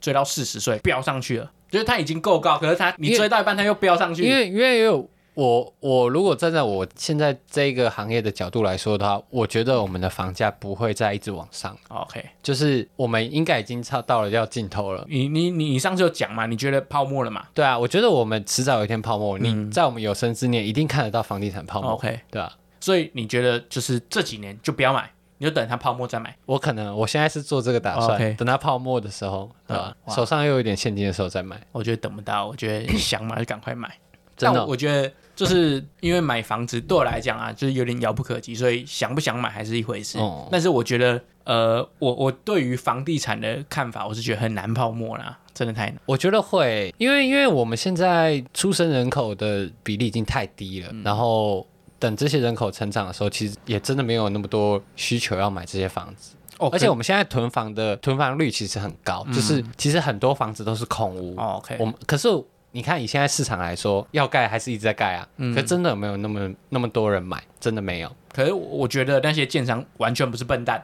Speaker 2: 追到四十岁飙上去了。就是它已经够高，可是它
Speaker 1: 因
Speaker 2: 你
Speaker 1: 为
Speaker 2: 追到一半它又飙上去，
Speaker 1: 因为因为有我我如果站在我现在这个行业的角度来说的话，我觉得我们的房价不会再一直往上，
Speaker 2: OK，
Speaker 1: 就是我们应该已经差到了要尽头了。
Speaker 2: 你你你你上次有讲嘛？你觉得泡沫了嘛
Speaker 1: 对啊，我觉得我们迟早有一天泡沫，
Speaker 2: 嗯
Speaker 1: 你在我们有生之年一定看得到房地产泡沫。
Speaker 2: 哦？OK，
Speaker 1: 对啊，
Speaker 2: 所以你觉得就是这几年就不要买，你就等它泡沫再买。
Speaker 1: 我可能我现在是做这个打算
Speaker 2: 哦 OK
Speaker 1: 等它泡沫的时候，对吧、
Speaker 2: 嗯哇
Speaker 1: 手上又有一点现金的时候再买。
Speaker 2: 我觉得等不到，我觉得想买就赶快买。
Speaker 1: 真
Speaker 2: 但
Speaker 1: 的哦
Speaker 2: 我我觉得就是因为买房子对我来讲啊，就是有点遥不可及，所以想不想买还是一回事。
Speaker 1: 哦
Speaker 2: 但是我觉得，呃，我我对于房地产的看法，我是觉得很难泡沫啦，真的太难。
Speaker 1: 我觉得会，因为因为我们现在出生人口的比例已经太低了，
Speaker 2: 嗯
Speaker 1: 然后等这些人口成长的时候，其实也真的没有那么多需求要买这些房子，
Speaker 2: 哦嗯
Speaker 1: 而且我们现在囤房的囤房率其实很高，就是其实很多房子都是空屋。
Speaker 2: 哦 OK，
Speaker 1: 我们可是你看以现在市场来说，要盖还是一直在盖啊，
Speaker 2: 嗯
Speaker 1: 可真的没有那么那么多人买，真的没有。
Speaker 2: 可是我我觉得那些建商完全不是笨蛋，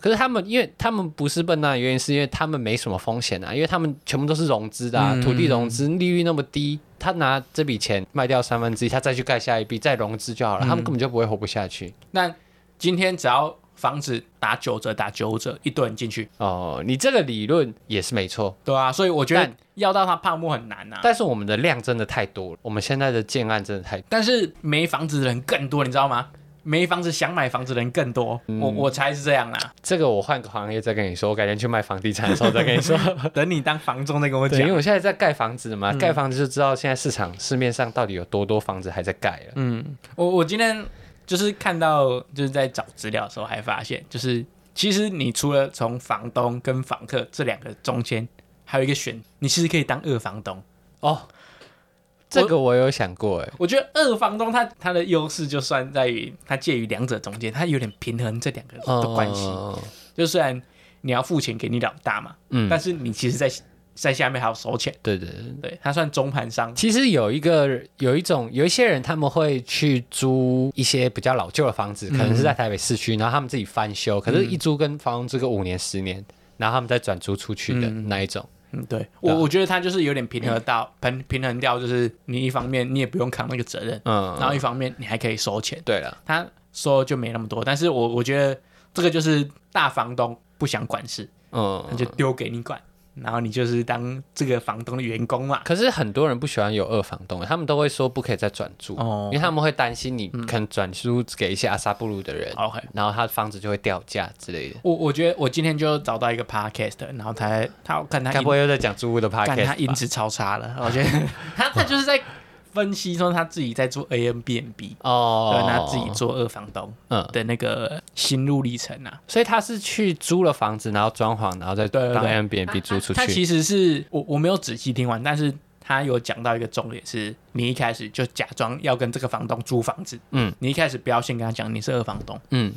Speaker 1: 可是他们，因为他们不是笨蛋的原因，是因为他们没什么风险啊，因为他们全部都是融资的、啊，
Speaker 2: 嗯
Speaker 1: 土地融资利率那么低，他拿这笔钱卖掉三分之一，他再去盖下一笔，再融资就好了，
Speaker 2: 嗯
Speaker 1: 他们根本就不会活不下去。
Speaker 2: 那今天只要房子打九折，打九折，一堆人进去，
Speaker 1: 哦，你这个理论也是没错，
Speaker 2: 对啊，所以我觉得
Speaker 1: 但
Speaker 2: 要到它泡沫很难啊。
Speaker 1: 但是我们的量真的太多了，我们现在的建案真的太多。
Speaker 2: 但是没房子的人更多，你知道吗？没房子想买房子的人更多，
Speaker 1: 嗯
Speaker 2: 我我猜是这样 啦。
Speaker 1: 这个我换个行业再跟你说，我改天去卖房地产的时候再跟 你说。
Speaker 2: 等你当房仲再跟我
Speaker 1: 对，因
Speaker 2: 讲
Speaker 1: 为。我现在在盖房子嘛，
Speaker 2: 嗯
Speaker 1: 盖房子就知道现在市场市面上到底有多多房子还在盖了。
Speaker 2: 嗯，我我今天就是看到就是在找资料的时候，还发现就是其实你除了从房东跟房客这两个中间，还有一个选，你其实可以当二房东。
Speaker 1: 哦，这个我有想过哎、
Speaker 2: 我觉得二房东他他的优势就算在于他介于两者中间，他有点平衡这两个的关系。
Speaker 1: 嗯
Speaker 2: 就虽然你要付钱给你老大嘛，
Speaker 1: 嗯
Speaker 2: 但是你其实在在下面还要收钱。
Speaker 1: 对对对，
Speaker 2: 对，他算中盘商。
Speaker 1: 其实有一个有一种有一些人他们会去租一些比较老旧的房子，可能是在台北市区，然后他们自己翻修，可是一租跟房东租个五年十年，然后他们再转租出去的那一种。
Speaker 2: 嗯，对我我觉得他就是有点平衡到 平平衡掉，就是你一方面你也不用扛那个责任，
Speaker 1: 嗯，
Speaker 2: 然后一方面你还可以收钱，
Speaker 1: 对了，
Speaker 2: 他收就没那么多。但是我我觉得这个就是大房东不想管事，他
Speaker 1: 嗯，
Speaker 2: 就丢给你管，然后你就是当这个房东的员工嘛。
Speaker 1: 可是很多人不喜欢有二房东，他们都会说不可以再转租，因
Speaker 2: 哦嗯
Speaker 1: 为他们会担心你可能转租给一些阿萨布鲁的人，
Speaker 2: ，OK。
Speaker 1: 然后他的房子就会掉价之类的。
Speaker 2: 我我觉得我今天就找到一个 podcast，然后他他看他
Speaker 1: 该
Speaker 2: 音
Speaker 1: 不会又在讲租屋的 p o
Speaker 2: 干
Speaker 1: d
Speaker 2: 他音质超差了，我觉得他他就是在分析说他自己在做 A N B N B，
Speaker 1: 哦，
Speaker 2: 对，他自己，做二房东
Speaker 1: 嗯，
Speaker 2: 的那个心路历程啊。
Speaker 1: 所以他是去租了房子，然后装潢，然后再
Speaker 2: 对对对
Speaker 1: 当 Airbnb 租出
Speaker 2: 啊他
Speaker 1: 去。
Speaker 2: 其实是我我没有仔细听完，但是他有讲到一个重点是，你一开始就假装要跟这个房东租房子，
Speaker 1: 嗯，
Speaker 2: 你一开始不要先跟他讲你是二房东，
Speaker 1: 嗯，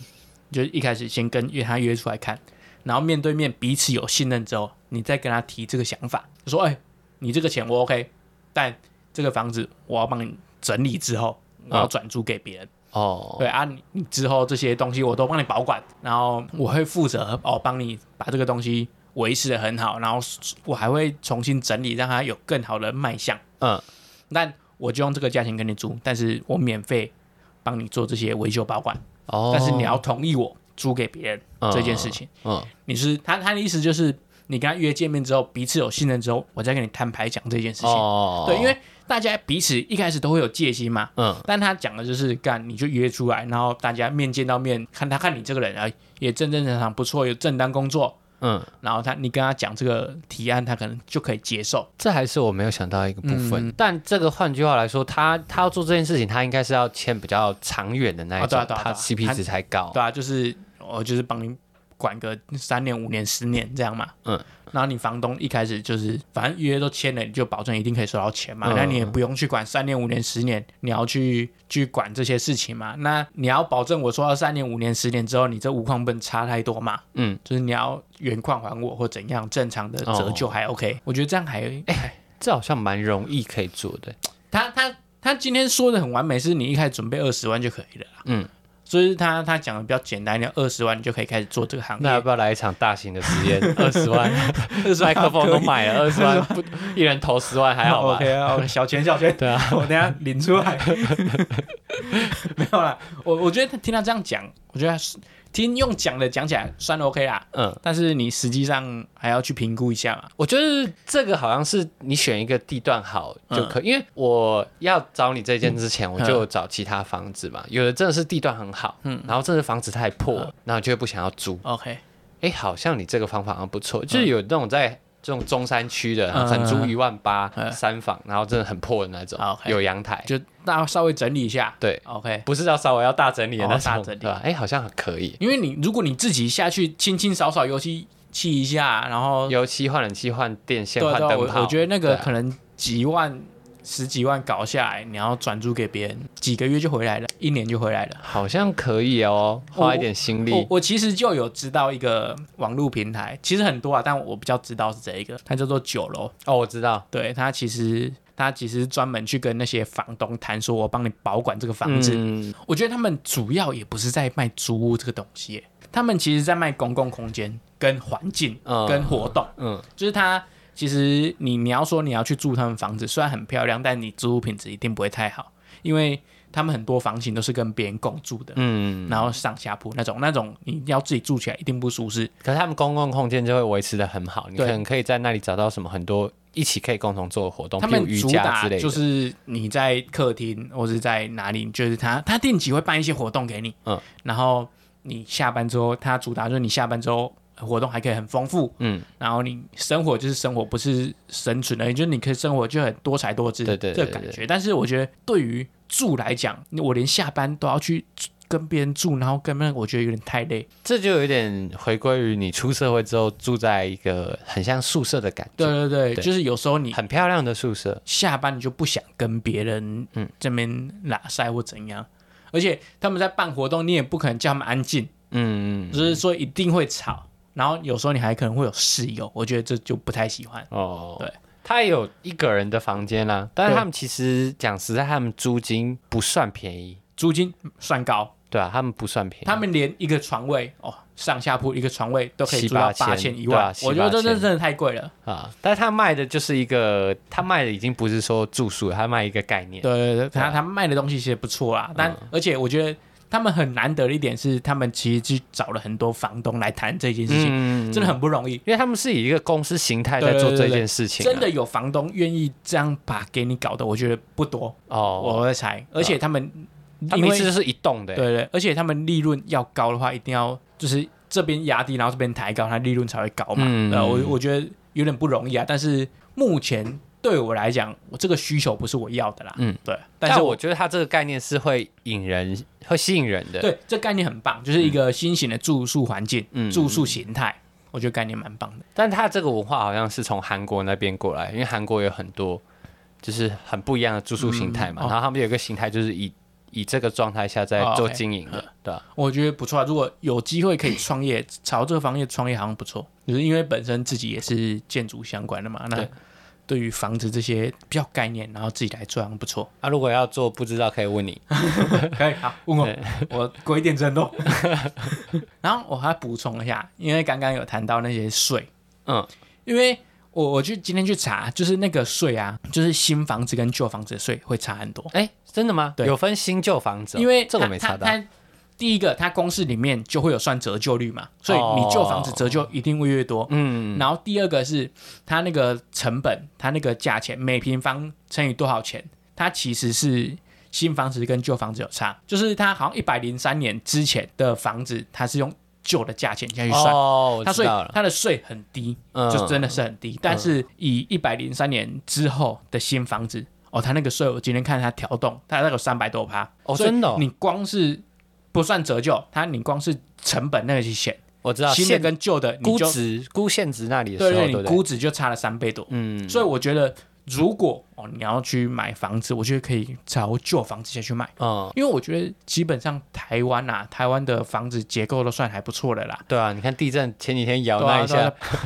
Speaker 2: 就一开始先跟约他约出来看，然后面对面彼此有信任之后，你再跟他提这个想法，就说哎、你这个钱我 OK，但这个房子我要帮你整理之后，我
Speaker 1: 啊
Speaker 2: 要转租给别人。
Speaker 1: 哦，
Speaker 2: 对啊，你你之后这些东西我都帮你保管，然后我会负责哦，帮你把这个东西维持的很好，然后我还会重新整理，让它有更好的卖相。
Speaker 1: 嗯，
Speaker 2: 但我就用这个价钱跟你租，但是我免费帮你做这些维修保管，
Speaker 1: 哦，
Speaker 2: 但是你要同意我租给别人这件事情。
Speaker 1: 嗯，
Speaker 2: 你是他他的意思就是，你跟他约见面之后，彼此有信任之后，我再跟你摊牌讲这件事情。
Speaker 1: 哦，
Speaker 2: 对，因为大家彼此一开始都会有戒心嘛，
Speaker 1: 嗯，
Speaker 2: 但他讲的就是干，你就约出来，然后大家面见到面，看他看你这个人啊，哎也正正常常不错，有正当工作，
Speaker 1: 嗯，
Speaker 2: 然后他你跟他讲这个提案，他可能就可以接受。
Speaker 1: 这还是我没有想到一个部分。
Speaker 2: 嗯
Speaker 1: 但这个换句话来说，他他要做这件事情，他应该是要签比较长远的那一
Speaker 2: 哦对
Speaker 1: 种，
Speaker 2: 啊对啊
Speaker 1: 他
Speaker 2: 对啊
Speaker 1: CP
Speaker 2: 他
Speaker 1: 值才高。
Speaker 2: 对啊，就是我就是帮你管个三年、五年、十年这样嘛。
Speaker 1: 嗯，
Speaker 2: 然后你房东一开始就是反正约都签了，你就保证一定可以收到钱嘛。
Speaker 1: 嗯
Speaker 2: 那你也不用去管三年、五年、十年，你要去去管这些事情嘛。那你要保证我说到三年、五年、十年之后，你这无框不能差太多嘛。
Speaker 1: 嗯，哦
Speaker 2: 就是你要原矿还我或怎样，正常的折旧还 OK。我觉得这样还哎，
Speaker 1: 这好像蛮容易可以做的。
Speaker 2: 他他他今天说的很完美，是你一开始准备二十万就可以了啦。
Speaker 1: 嗯。
Speaker 2: 所以他他讲的比较简单一点，二十万你就可以开始做这个行业。
Speaker 1: 那要不要来一场大型的实 验？二十万，
Speaker 2: 啊
Speaker 1: 麦克风都买了，二十万不，一人投十万还好吧？
Speaker 2: OK 啊，OK，小钱小钱。
Speaker 1: 对啊，
Speaker 2: 我等一下领出来。 没有啦，我我觉得听他这样讲，我觉得他是听用讲的讲起来算 OK 啦，
Speaker 1: 嗯，
Speaker 2: 但是你实际上还要去评估一下嘛。
Speaker 1: 我觉得这个好像是你选一个地段好
Speaker 2: 嗯
Speaker 1: 就可以，因为我要找你这间之前，我就有找其他房子嘛，有的真的是地段很好，嗯，然后这个房子太破，
Speaker 2: 嗯
Speaker 1: 然后就会不想要租。
Speaker 2: OK，
Speaker 1: 哎，好像你这个方法好像不错，
Speaker 2: 嗯
Speaker 1: 就是有那种在这种中山区的，可能租一万八
Speaker 2: 嗯啊
Speaker 1: 三房，然后真的很破的那种
Speaker 2: 好，，OK
Speaker 1: 有阳台，
Speaker 2: 就大家稍微整理一下。
Speaker 1: 对，
Speaker 2: OK，
Speaker 1: 不是要稍微要大整理的那
Speaker 2: 哦大
Speaker 1: 种，
Speaker 2: 整理
Speaker 1: 对吧？哎，好像可以。
Speaker 2: 因为你如果你自己下去清清扫扫油漆漆一下，然后
Speaker 1: 油漆换冷气换电线
Speaker 2: 哦对啊
Speaker 1: 换
Speaker 2: 对啊，
Speaker 1: 灯
Speaker 2: 我
Speaker 1: 泡，
Speaker 2: 我觉得那
Speaker 1: 对
Speaker 2: 个
Speaker 1: 啊
Speaker 2: 可能几万。十几万搞下来，你要转租给别人，几个月就回来了，一年就回来了。
Speaker 1: 好像可以哦，花一点心
Speaker 2: 我
Speaker 1: 力。
Speaker 2: 我其实就有知道一个网络平台，其实很多啊，但我比较知道是这一个，它叫做九楼。
Speaker 1: 哦，我知道，
Speaker 2: 对，它其实它其实专门去跟那些房东谈，说我帮你保管这个房子。
Speaker 1: 嗯
Speaker 2: 我觉得他们主要也不是在卖租屋这个东西耶，他们其实在卖公共空间、跟环境、
Speaker 1: 嗯
Speaker 2: 跟活动。
Speaker 1: 嗯，
Speaker 2: 就是它其实你你要说你要去住他们房子，虽然很漂亮，但你租屋品质一定不会太好，因为他们很多房型都是跟别人共住的。
Speaker 1: 嗯，
Speaker 2: 然后上下铺那种，那种你要自己住起来一定不舒适。
Speaker 1: 可是他们公共空间就会维持的很好，你可
Speaker 2: 对
Speaker 1: 能可以在那里找到什么很多一起可以共同做的活动，
Speaker 2: 他
Speaker 1: 哦譬如
Speaker 2: 们
Speaker 1: 瑜
Speaker 2: 主
Speaker 1: 伽
Speaker 2: 打
Speaker 1: 之类的。
Speaker 2: 就是你在客厅或是在哪里，就是他他定期会办一些活动给你，
Speaker 1: 嗯，
Speaker 2: 然后你下班之后，他主打就是你下班之后活动还可以很丰富，
Speaker 1: 嗯，
Speaker 2: 然后你生活就是生活，不是生存而已，就是你可以生活就很多才多姿，
Speaker 1: 对对对
Speaker 2: 这个感觉。但是我觉得对于住来讲，我连下班都要去跟别人住，然后跟那个我觉得有点太累，
Speaker 1: 这就有点回归于你出社会之后住在一个很像宿舍的感
Speaker 2: 对
Speaker 1: 觉，
Speaker 2: 对对，
Speaker 1: 对
Speaker 2: 就是有时候你
Speaker 1: 很漂亮的宿舍。
Speaker 2: 下班你就不想跟别人
Speaker 1: 嗯
Speaker 2: 这边拉塞或怎样，而且他们在办活动，你也不可能叫他们安静，
Speaker 1: 嗯，
Speaker 2: 就是说一定会吵。然后有时候你还可能会有室友，我觉得这就不太喜欢。
Speaker 1: 哦，
Speaker 2: 对。
Speaker 1: 他也有一个人的房间啦，但是
Speaker 2: 对
Speaker 1: 他们其实讲实在，他们租金不算便宜，
Speaker 2: 租金算高，
Speaker 1: 对啊，他们不算便宜。
Speaker 2: 他们连一个床位哦，上下铺一个床位都可以
Speaker 1: 七
Speaker 2: 租到
Speaker 1: 八千
Speaker 2: 八千一
Speaker 1: 对啊
Speaker 2: 万，
Speaker 1: 七
Speaker 2: 我觉得这
Speaker 1: 八千
Speaker 2: 这真的太贵了。
Speaker 1: 啊，但是他卖的就是一个，他卖的已经不是说住宿了，他卖一个概念。
Speaker 2: 对对对，
Speaker 1: 对啊
Speaker 2: 他他卖的东西其实不错啦，但
Speaker 1: 嗯
Speaker 2: 而且我觉得他们很难得的一点是，他们其实去找了很多房东来谈这件事情，
Speaker 1: 嗯，
Speaker 2: 真的很不容易。
Speaker 1: 因为他们是以一个公司形态在做这件事情啊、
Speaker 2: 真的有房东愿意这样把给你搞的，我觉得不多，
Speaker 1: 哦，
Speaker 2: 我在猜。而且他们，
Speaker 1: 他
Speaker 2: 因
Speaker 1: 们
Speaker 2: 为
Speaker 1: 一次就是一栋的、
Speaker 2: 对对，而且他们利润要高的话，一定要就是这边压低，然后这边抬高，它利润才会高嘛。
Speaker 1: 嗯
Speaker 2: 啊呃，我我觉得有点不容易啊。但是目前对我来讲，我这个需求不是我要的啦。
Speaker 1: 嗯
Speaker 2: 嗯，对。但
Speaker 1: 但
Speaker 2: 是
Speaker 1: 我觉得它这个概念是会引人、会吸引人的。，
Speaker 2: 对这概念很棒，就是一个新型的住宿环境、
Speaker 1: 嗯
Speaker 2: 住宿形态，我觉得概念蛮棒的。
Speaker 1: 但它这个文化好像是从韩国那边过来，因为韩国有很多就是很不一样的住宿形态嘛，
Speaker 2: 嗯哦
Speaker 1: 然后他们有一个形态就是以以这个状态下在
Speaker 2: 哦
Speaker 1: 做
Speaker 2: OK，
Speaker 1: 经营的，对吧？
Speaker 2: 我觉得不错啊，如果有机会可以创业，朝这个方面创业好像不错，就是因为本身自己也是建筑相关的嘛，那
Speaker 1: 对
Speaker 2: 对于房子这些比较概念，然后自己来做，好像不错。
Speaker 1: 啊，如果要做不知道可以问你，
Speaker 2: 可以，好，问我， 我鬼点震动。 然后我还补充一下，因为刚刚有谈到那些税，
Speaker 1: 嗯，
Speaker 2: 因为我我去今天去查，就是那个税啊，就是新房子跟旧房子的税会差很多，
Speaker 1: 哎、真的吗？
Speaker 2: 对
Speaker 1: 有分新旧房子哦、
Speaker 2: 因为
Speaker 1: 这
Speaker 2: 它
Speaker 1: 我没查到
Speaker 2: 它。它第一个，它公式里面就会有算折旧率嘛，所以你旧房子折旧一定会越多。
Speaker 1: 哦嗯，
Speaker 2: 然后第二个是它那个成本，它那个价钱每平方乘以多少钱，它其实是新房子跟旧房子有差，就是它好像一百零三年之前的房子，它是用旧的价钱下去算，
Speaker 1: 哦，
Speaker 2: 它
Speaker 1: 我知
Speaker 2: 所以
Speaker 1: 道了，
Speaker 2: 它的税很低，
Speaker 1: 嗯
Speaker 2: 就真的是很低。但是以一百零三年之后的新房子，哦，它那个税我今天看它调动，它那个三百多趴，
Speaker 1: 哦
Speaker 2: 所以
Speaker 1: 真的哦
Speaker 2: 你光是不算折旧，它你光是成本那个去写，
Speaker 1: 我知道
Speaker 2: 新
Speaker 1: 啊
Speaker 2: 的
Speaker 1: 现
Speaker 2: 跟旧的你
Speaker 1: 估
Speaker 2: 就
Speaker 1: 值估现值那里的
Speaker 2: 对
Speaker 1: 时候，对
Speaker 2: 对，你
Speaker 1: 不对？
Speaker 2: 估值就差了三倍多。
Speaker 1: 嗯，
Speaker 2: 所以我觉得，如果哦你要去买房子，我觉得可以找旧房子先去买，
Speaker 1: 嗯，
Speaker 2: 因为我觉得基本上台湾啊，台湾的房子结构都算还不错的啦。
Speaker 1: 对啊，你看地震前几天摇
Speaker 2: 对啊
Speaker 1: 那一
Speaker 2: 对啊
Speaker 1: 下，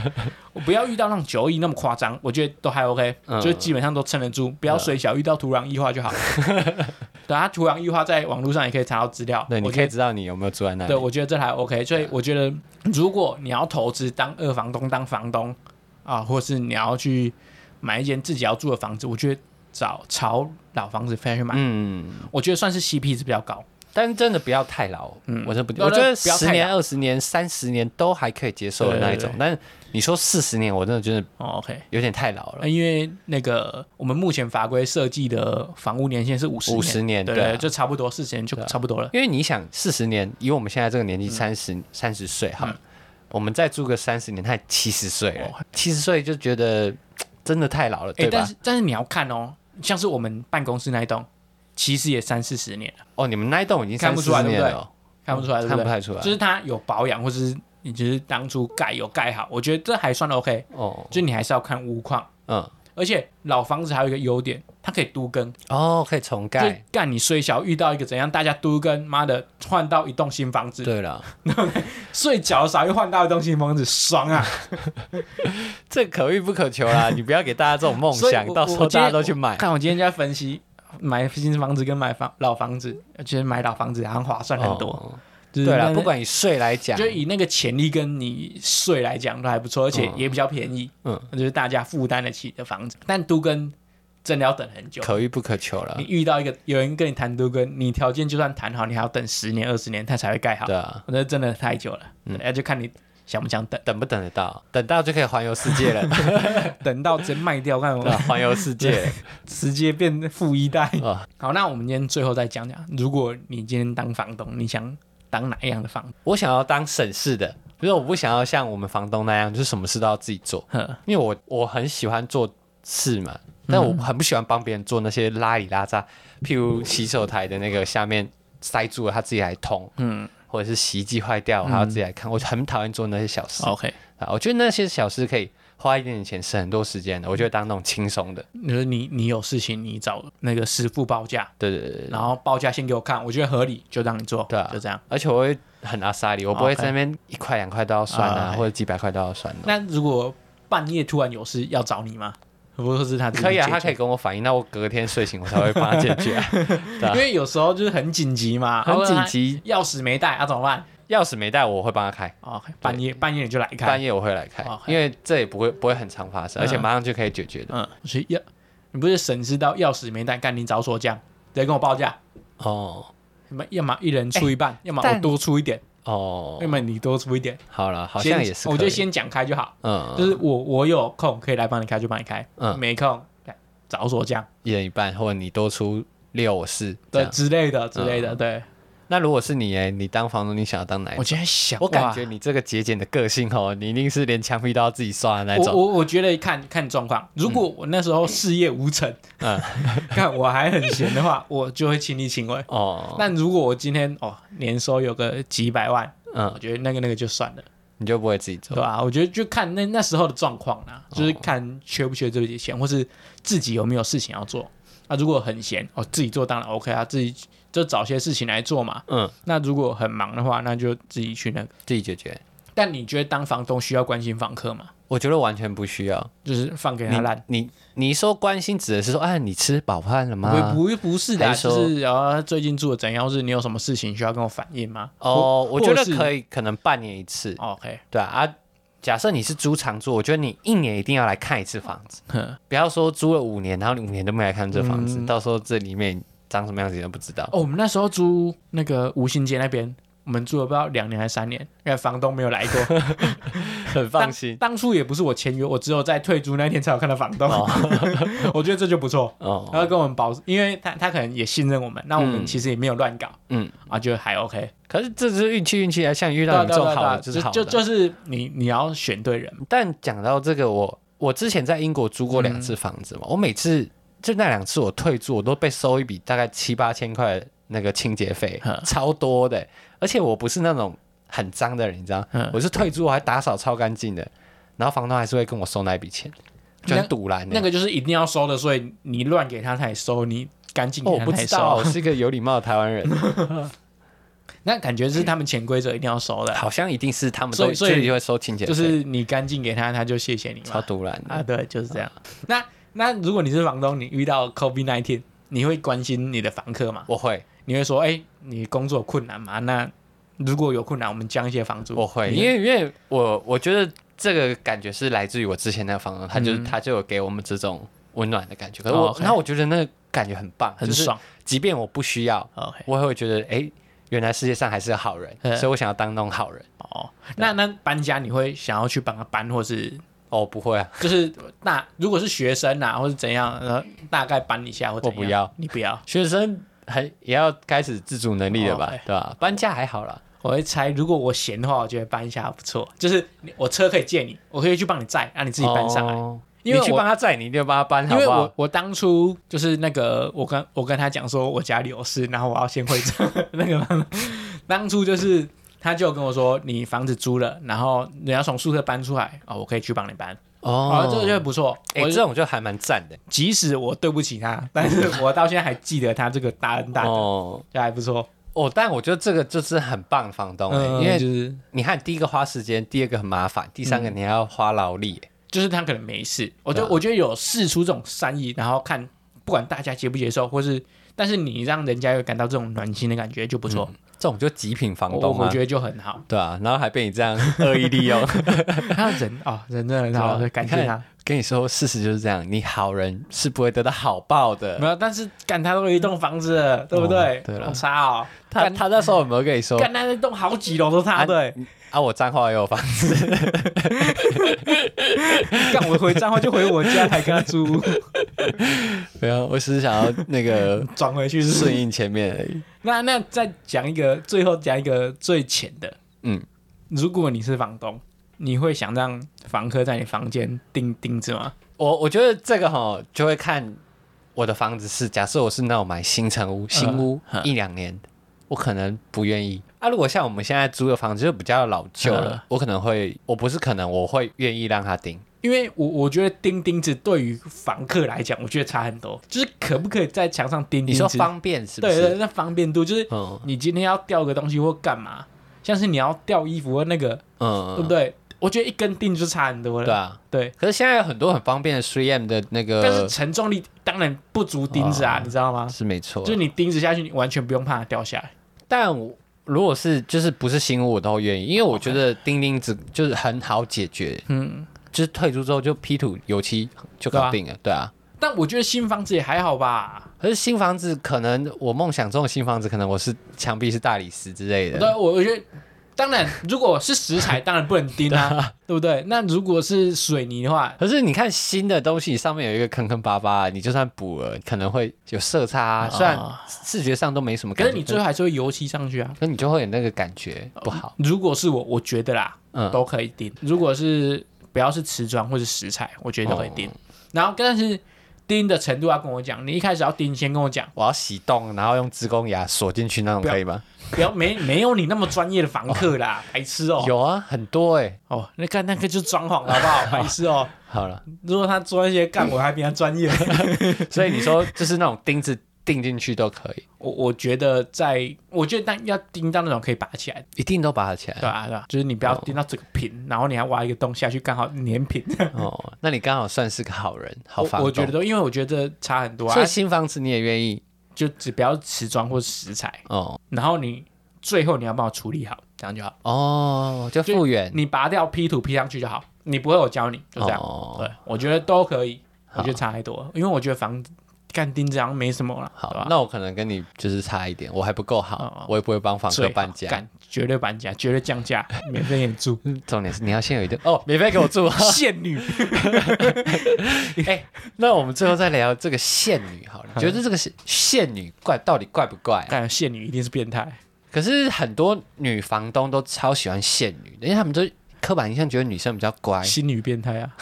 Speaker 2: 我不要遇到那种九亿那么夸张，我觉得都还 OK，、
Speaker 1: 嗯
Speaker 2: 就基本上都撑得住，不要水小遇到土壤异化就好了。 对啊，土壤异化在网络上也可以查到资料，
Speaker 1: 嗯对，你
Speaker 2: 我
Speaker 1: 可
Speaker 2: 觉
Speaker 1: 以
Speaker 2: 得。
Speaker 1: 知道你有没有住在那里。
Speaker 2: 对，我觉得这还 OK，所
Speaker 1: 啊
Speaker 2: 以我觉得如果你要投资当二房东、当房东啊，或是你要去买一间自己要住的房子，我觉得找朝老房子飞去买，
Speaker 1: 嗯，
Speaker 2: 我觉得算是 CP 值比较高。
Speaker 1: 但真的不要太老，我是不，
Speaker 2: 嗯对啊
Speaker 1: 我觉得
Speaker 2: 对不要
Speaker 1: 十
Speaker 2: 太
Speaker 1: 年、
Speaker 2: 老
Speaker 1: 二十年、三十年都还可以接受的那一种，
Speaker 2: 对对对
Speaker 1: 但是你说四十年，我真的觉得
Speaker 2: 哦、OK，
Speaker 1: 有点太老了
Speaker 2: 呃。因为那个我们目前法规设计的房屋年限是五十
Speaker 1: 50年
Speaker 2: 对
Speaker 1: 对啊
Speaker 2: 就差不多四十年就差不多了。
Speaker 1: 因为你想，四十年，以我们现在这个
Speaker 2: 嗯
Speaker 1: 年纪，三十三十岁哈，我们再住个三十年，他七十岁了，七十岁就觉得嘖真的太老了，对
Speaker 2: 哎、哦但
Speaker 1: 吧？
Speaker 2: 是但是你要看哦，像是我们办公室那一栋，其实也三四十年了，
Speaker 1: 哦，你们那一栋已经
Speaker 2: 看
Speaker 1: 三
Speaker 2: 不
Speaker 1: 十
Speaker 2: 出来
Speaker 1: 年
Speaker 2: 对不对
Speaker 1: 了哦，
Speaker 2: 看不出来，对
Speaker 1: 看
Speaker 2: 对
Speaker 1: 不？太出来
Speaker 2: 就是它有保养，或者是你就是当初盖有盖好，我觉得这还算 OK。
Speaker 1: 哦，
Speaker 2: 就你还是要看屋况，
Speaker 1: 嗯，
Speaker 2: 而且老房子还有一个优点，它可以都更。
Speaker 1: 哦，可以重
Speaker 2: 就
Speaker 1: 盖。
Speaker 2: 干你睡小遇到一个怎样，大家都更，妈的换到一栋新房子，
Speaker 1: 对了，
Speaker 2: 睡脚少又换到一栋新房子，爽啊！
Speaker 1: 这可遇不可求啦，你不要给大家这种梦
Speaker 2: 所以
Speaker 1: 想，
Speaker 2: 我
Speaker 1: 到时候大家都去买。
Speaker 2: 看我今天就在分析买新房子跟买房老房子，觉得买老房子好像划算很多。
Speaker 1: 哦
Speaker 2: 就是
Speaker 1: 对
Speaker 2: 但
Speaker 1: 了，
Speaker 2: 是
Speaker 1: 不管以税来讲，
Speaker 2: 就以那个潜力跟你税来讲都还不错，而且也比较便宜，
Speaker 1: 嗯，
Speaker 2: 就是大家负担得起的房子。但都跟真的要等很久，
Speaker 1: 可遇不可求了
Speaker 2: 你。遇到一个有人跟你谈都跟，你条件就算谈好，你还要等十年二十年他才会盖好
Speaker 1: 对，嗯啊，
Speaker 2: 我觉得真的太久了，那、就看你想不想等，
Speaker 1: 等不等得到？等到就可以环游世界 了，
Speaker 2: 等到真卖掉，看
Speaker 1: 对啊
Speaker 2: 我
Speaker 1: 环游世界
Speaker 2: 直接变富一代。
Speaker 1: 啊！
Speaker 2: 好，那我们今天最后再讲讲，如果你今天当房东，你想当哪样的房
Speaker 1: 我想要当省事的，就是我不想要像我们房东那样，就是什么事都要自己做，
Speaker 2: 呵，
Speaker 1: 因为我我很喜欢做事嘛，
Speaker 2: 嗯
Speaker 1: 但我很不喜欢帮别人做那些拉里拉扎，譬如洗手台的那个下面塞住了，他自己来通，嗯，或者是洗衣机坏掉，
Speaker 2: 嗯
Speaker 1: 还要自己来看，我很讨厌做那些小事
Speaker 2: ？OK，
Speaker 1: 啊。我觉得那些小事可以花一点点钱，省很多时间的，我就会当那种轻松的。
Speaker 2: 你说你你有事情，你找那个师傅报价，
Speaker 1: 对对对对。
Speaker 2: 然后报价先给我看，我觉得合理就让你做，
Speaker 1: 对啊
Speaker 2: 就这样。
Speaker 1: 而且我会很阿莎里，我不会
Speaker 2: 哦 OK
Speaker 1: 在那边一块两块都要算啊
Speaker 2: 啊，
Speaker 1: 或者几百块都要算的。
Speaker 2: 那如果半夜突然有事要找你吗？不是他自己
Speaker 1: 可以啊，
Speaker 2: 解决
Speaker 1: 他可以跟我反映，那我隔天睡醒我才会帮他解 决啊。对啊
Speaker 2: 因为有时候就是很紧急嘛，
Speaker 1: 啊很紧
Speaker 2: 然后
Speaker 1: 急，
Speaker 2: 他，钥匙没带啊，怎么办？
Speaker 1: 钥匙没带，我会帮他开，
Speaker 2: 哦，半夜半夜你就来看
Speaker 1: 半，夜我会来开，
Speaker 2: 哦 OK
Speaker 1: 因为这也不会不会很常发生，
Speaker 2: 嗯
Speaker 1: 而且马上就可以解决的。
Speaker 2: 嗯，所以要你不是省事到钥匙没带，干你找锁匠，直接跟我报价，
Speaker 1: 哦
Speaker 2: 要么要么一人出一半，要么我
Speaker 1: 哎但
Speaker 2: 多出一点，
Speaker 1: 哦
Speaker 2: 要，么你多出一点，
Speaker 1: 好了，好像
Speaker 2: 嗯先
Speaker 1: 也是可以，
Speaker 2: 我就先讲开就好，
Speaker 1: 嗯，
Speaker 2: 就是我我有空可以来帮你开就帮你开，
Speaker 1: 嗯
Speaker 2: 没空来找锁匠，
Speaker 1: 一人一半，或者你多出六我四这
Speaker 2: 对
Speaker 1: 样。嗯
Speaker 2: 之类的之类的，对。
Speaker 1: 那如果是你哎，你当房东，你想要当哪一
Speaker 2: 我
Speaker 1: 种？
Speaker 2: 今天 想，
Speaker 1: 我感
Speaker 2: 哇
Speaker 1: 觉你这个节俭的个性哦，你一定是连墙壁都要自己刷的那
Speaker 2: 我
Speaker 1: 种。
Speaker 2: 我我觉得看看状况，如果我那时候事业无成，
Speaker 1: 嗯
Speaker 2: 嗯， 看我还很闲 的话，我就会亲力亲为。
Speaker 1: 哦，
Speaker 2: 但如果我今天哦年收有个几百万，
Speaker 1: 嗯
Speaker 2: 我，觉得那个那个就算了，
Speaker 1: 你就不会自己
Speaker 2: 对
Speaker 1: 做。
Speaker 2: 吧、我觉得就看那那时候的状况啦，
Speaker 1: 哦
Speaker 2: 就是看缺不缺这笔钱，或是自己有没有事情要做。啊，如果很闲，哦，自己做当然 OK 啊，自己就找些事情来做嘛。
Speaker 1: 嗯，
Speaker 2: 那如果很忙的话，那就自己去那个。
Speaker 1: 自己解决。
Speaker 2: 但你觉得当房东需要关心房客吗？
Speaker 1: 我觉得完全不需要。
Speaker 2: 就是放给
Speaker 1: 你
Speaker 2: 他烂。
Speaker 1: 你你说关心指的是说，哎，你吃饱饭了吗？
Speaker 2: 不不不是的啊，
Speaker 1: 还是
Speaker 2: 就
Speaker 1: 说
Speaker 2: 是然后最近住的怎样，或是你有什么事情需要跟我反映吗？
Speaker 1: 哦，我觉
Speaker 2: 或
Speaker 1: 得
Speaker 2: 是
Speaker 1: 可以，可能半年一次，
Speaker 2: 哦，OK，
Speaker 1: 对啊。啊假设你是租长租，我觉得你一年一定要来看一次房子，
Speaker 2: 哼嗯
Speaker 1: 不要说租了五年，然后你五年都没来看这房子，到时候这里面长什么样子你都不知道。
Speaker 2: 哦，我们那时候住那个吴兴街那边，我们住了不知道两年还是三年，因为房东没有来 过，
Speaker 1: 很放心
Speaker 2: 当。当初也不是我签约，我只有在退租那天才有看到房东，
Speaker 1: 哦
Speaker 2: 我觉得这就不错。
Speaker 1: 哦，
Speaker 2: 然后跟我们保，因为他他可能也信任我们，那我们
Speaker 1: 嗯
Speaker 2: 其实也没有乱搞，
Speaker 1: 嗯，
Speaker 2: 啊，就还 OK。
Speaker 1: 可是这是运气，运气啊！像遇
Speaker 2: 对啊
Speaker 1: 到你
Speaker 2: 对
Speaker 1: 这种
Speaker 2: 啊对
Speaker 1: 好
Speaker 2: 啊
Speaker 1: 的
Speaker 2: 就是
Speaker 1: 好
Speaker 2: 就
Speaker 1: 的。
Speaker 2: 就是你你要选对人，
Speaker 1: 但讲到这个，我我之前在英国租过两
Speaker 2: 嗯
Speaker 1: 次房子嘛，我每次就那两次我退租，我都被收一笔大概七八千块的那个清洁费
Speaker 2: 嗯，
Speaker 1: 超多的。欸而且我不是那种很脏的人，你知道
Speaker 2: 嗯，
Speaker 1: 我是退租我还打扫超干净的，然后房东还是会跟我收那一笔钱，就很堵拦的欸
Speaker 2: 那。个就是一定要收的，所以你乱给他他也收，你干净
Speaker 1: 哦，
Speaker 2: 给
Speaker 1: 我
Speaker 2: 他
Speaker 1: 不
Speaker 2: 他
Speaker 1: 知
Speaker 2: 也
Speaker 1: 道啊，
Speaker 2: 收。
Speaker 1: 我是一个有礼貌的台湾 人，
Speaker 2: 那感觉是他们潜规则一定要收的，
Speaker 1: 好像一定是他们
Speaker 2: 所
Speaker 1: 都
Speaker 2: 以所以
Speaker 1: 自己会收清洁费，
Speaker 2: 就是你干净给他，他就谢谢你
Speaker 1: 超
Speaker 2: 嘛。
Speaker 1: 堵拦
Speaker 2: 啊，
Speaker 1: 的。
Speaker 2: 对，就是这样。那那如果你是房东，你遇到 COVID nineteen，你会关心你的房客吗？
Speaker 1: 我会，
Speaker 2: 你会说，哎、你工作困难吗？那如果有困难，我们降一些房租。
Speaker 1: 我会，
Speaker 2: 你
Speaker 1: 因为因为我我觉得这个感觉是来自于我之前那个房东，他就是、他就有给我们这种温暖的感觉。可是
Speaker 2: 嗯哦
Speaker 1: 我，
Speaker 2: ，OK
Speaker 1: 然后我觉得那个感觉很棒，
Speaker 2: 很
Speaker 1: 就是
Speaker 2: 爽。
Speaker 1: 即便我不需要，
Speaker 2: 哦 OK，
Speaker 1: 我也会觉得哎、诶原来世界上还是有好人，
Speaker 2: 嗯
Speaker 1: 所以我想要当那种好人。
Speaker 2: 哦，那那搬家你会想要去帮他搬，或是
Speaker 1: 哦，不会啊，
Speaker 2: 就是那如果是学生啊，或是怎样，呃，大概搬一下或怎样
Speaker 1: 我不要，
Speaker 2: 你不要。
Speaker 1: 学生还也要开始自主能力了吧，
Speaker 2: 哦，OK
Speaker 1: 对吧？搬家还好啦，
Speaker 2: 我会猜，如果我闲的话，我觉得搬一下不错。就是你我车可以借你，我可以去帮你载，啊让、你自己搬上来。
Speaker 1: 哦
Speaker 2: 因为
Speaker 1: 你去
Speaker 2: 我
Speaker 1: 帮他载，你一定要帮他搬，
Speaker 2: 因
Speaker 1: 好
Speaker 2: 为
Speaker 1: 不
Speaker 2: 我
Speaker 1: 好？
Speaker 2: 我当初就是那个，我跟我跟他讲说我家里有事，然后我要先回家。 那个房当初就是他就跟我说，你房子租了，然后你要从宿舍搬出来哦，我可以去帮你搬。哦，这个就不错。
Speaker 1: 哎、
Speaker 2: 我
Speaker 1: 这种就还蛮赞的。
Speaker 2: 即使我对不起他，但是我到现在还记得他这个大恩大德，
Speaker 1: 哦
Speaker 2: 就还不错。
Speaker 1: 哦，但我觉得这个就是很棒的房东、诶
Speaker 2: 嗯，
Speaker 1: 哦因为
Speaker 2: 就是
Speaker 1: 你看，第一个花时间，第二个很麻烦，第三
Speaker 2: 嗯
Speaker 1: 个你还要花劳力、
Speaker 2: 就是他可能没事，我觉得、
Speaker 1: 对啊
Speaker 2: 我觉得有试出这种善意，然后看不管大家接不接受，或是但是你让人家有感到这种暖心的感觉就不错，
Speaker 1: 这种就极品房
Speaker 2: 我
Speaker 1: 东
Speaker 2: 哦我
Speaker 1: 嗯啊
Speaker 2: 觉，得就很好。
Speaker 1: 对啊，然后还被你这样恶意利 用。
Speaker 2: 他人哦，人真的很好，
Speaker 1: 对啊
Speaker 2: 感谢他。
Speaker 1: 跟你说，事实就是这样，你好人是不会得到好报
Speaker 2: 没
Speaker 1: 的。
Speaker 2: 有，但是干他都有一栋房子了，对不哦对？
Speaker 1: 对了
Speaker 2: 好差哦，
Speaker 1: 他
Speaker 2: 干
Speaker 1: 他那时候有没有跟你说
Speaker 2: 干他那栋好几楼都是他的，
Speaker 1: 啊？我脏话也有房子，
Speaker 2: 干我回彰化就回我家，还跟他 租，
Speaker 1: 没有，我只是想要那个
Speaker 2: 转回去是
Speaker 1: 顺应前面而已。
Speaker 2: 那那再讲一个，最后讲一个最浅的，
Speaker 1: 嗯，
Speaker 2: 如果你是房东，你会想让房客在你房间钉钉子吗？
Speaker 1: 我我觉得这个哈，就会看我的房子是，假设我是那种买新城屋、新屋、
Speaker 2: 嗯
Speaker 1: 一两年，我可能不愿意。啊，如果像我们现在租的房子就比较老旧了，
Speaker 2: 嗯
Speaker 1: 我可能会，我不是可能，我会愿意让他订。
Speaker 2: 因为我我觉得钉钉子对于房客来讲，我觉得差很多。就是可不可以在墙上钉钉子？
Speaker 1: 你说方便是不
Speaker 2: 对
Speaker 1: 是？
Speaker 2: 对，那方便度就是
Speaker 1: 嗯
Speaker 2: 你今天要吊个东西或干嘛，像是你要吊衣服或那个，对不
Speaker 1: 嗯，
Speaker 2: 对？我觉得一根钉就差很多了。
Speaker 1: 对啊。呃
Speaker 2: 对
Speaker 1: 可是现在有很多很方便的 3M 的那
Speaker 2: 但是
Speaker 1: 个，
Speaker 2: 承重力当然不足钉子啊，
Speaker 1: 哦
Speaker 2: 你知道吗？
Speaker 1: 是没错
Speaker 2: 就。是你钉子下去，你完全不用怕它掉下来。
Speaker 1: 但我如果是就是不是新屋，我都愿意，因为我觉得钉钉子就是很好解决，
Speaker 2: 嗯，
Speaker 1: 就是退出之后就 P 土油漆就搞定了，对啊。
Speaker 2: 但我觉得新房子也还好吧。
Speaker 1: 可是新房子可能我梦想中的新房子，可能我是墙壁是大理石之类
Speaker 2: 对，啊
Speaker 1: 的。
Speaker 2: 我我觉得当然，如果是石 材，当然不能钉啊，对不对？那如果是水泥的话，
Speaker 1: 可是你看新的东西上面有一个坑坑巴巴，你就算补了，可能会有色差、啊，虽然
Speaker 2: 哦
Speaker 1: 视觉上都没什么
Speaker 2: 可
Speaker 1: 感觉，
Speaker 2: 是你最后哦还是会油漆上去啊。
Speaker 1: 可你就会有那个感觉不好。
Speaker 2: 如果是我，我觉得啦，
Speaker 1: 嗯
Speaker 2: 都可以钉。如果是不要是瓷砖或是石材，我觉得都可以
Speaker 1: 哦
Speaker 2: 钉。然后但是钉的程度要跟我讲，你一开始要钉，你先跟我讲，
Speaker 1: 我要洗洞，然后用自工牙锁进去那种
Speaker 2: 不要
Speaker 1: 可以吗？
Speaker 2: 不要没没有你那么专业的房客啦，白痴哦、
Speaker 1: 有啊，很多哎、
Speaker 2: 哦，那干那个就装潢了好不 好？白痴哦、
Speaker 1: 好了，
Speaker 2: 如果他做一些干，我还比他 专业。
Speaker 1: 所以你说就是那种钉子钉进去都可以，
Speaker 2: 我我觉得在，我觉得但要钉到那种可以拔起来，
Speaker 1: 一定都拔得起来。
Speaker 2: 对吧、对吧、就是你不要钉到整个平，然后你还挖一个洞下去，刚好连平。
Speaker 1: 哦，那你刚好算是个好人，好
Speaker 2: 我
Speaker 1: 房
Speaker 2: 我觉得
Speaker 1: 东
Speaker 2: 都，因为我觉得差很多啊
Speaker 1: 所以，新房子你也愿意
Speaker 2: 就只不要瓷砖或石材，
Speaker 1: 哦
Speaker 2: 然后你最后你要帮我处理好，这样就好。
Speaker 1: 哦，就复原
Speaker 2: 你拔掉 P 图 P 上去就好，你不会我教你，就这样。
Speaker 1: 哦。
Speaker 2: 对，我觉得都可以，我觉得差太多了，因为我觉得房子干钉这样没什么了，
Speaker 1: 好
Speaker 2: 对吧？，
Speaker 1: 那我可能跟你就是差一点，我还不够
Speaker 2: 哦
Speaker 1: 好，我也不会帮房
Speaker 2: 最
Speaker 1: 客
Speaker 2: 好
Speaker 1: 搬家。
Speaker 2: 干绝对搬家，绝对降 价，免费给你住，
Speaker 1: 嗯重点是你要先有一个 哦，免费给我 住。
Speaker 2: 限女。 哎
Speaker 1: 那我们最后再聊这个现女好了，你觉得这个是现女怪到底怪不怪啊、
Speaker 2: 干现女一定是变态，
Speaker 1: 可是很多女房东都超喜欢现女的，因为他们就刻板印象觉得女生比较乖。
Speaker 2: 新女变态啊！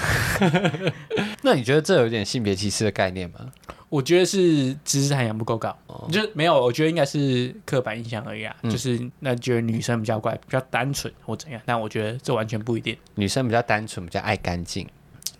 Speaker 1: 那你觉得这有点性别歧视的概念吗？
Speaker 2: 我觉得是知识涵养不够高，
Speaker 1: 哦
Speaker 2: 就是没有，我觉得应该是刻板印象而已啊，
Speaker 1: 嗯
Speaker 2: 就是那觉得女生比较乖，比较单纯或怎样，但我觉得这完全不一定，
Speaker 1: 女生比较单纯，比较爱干净。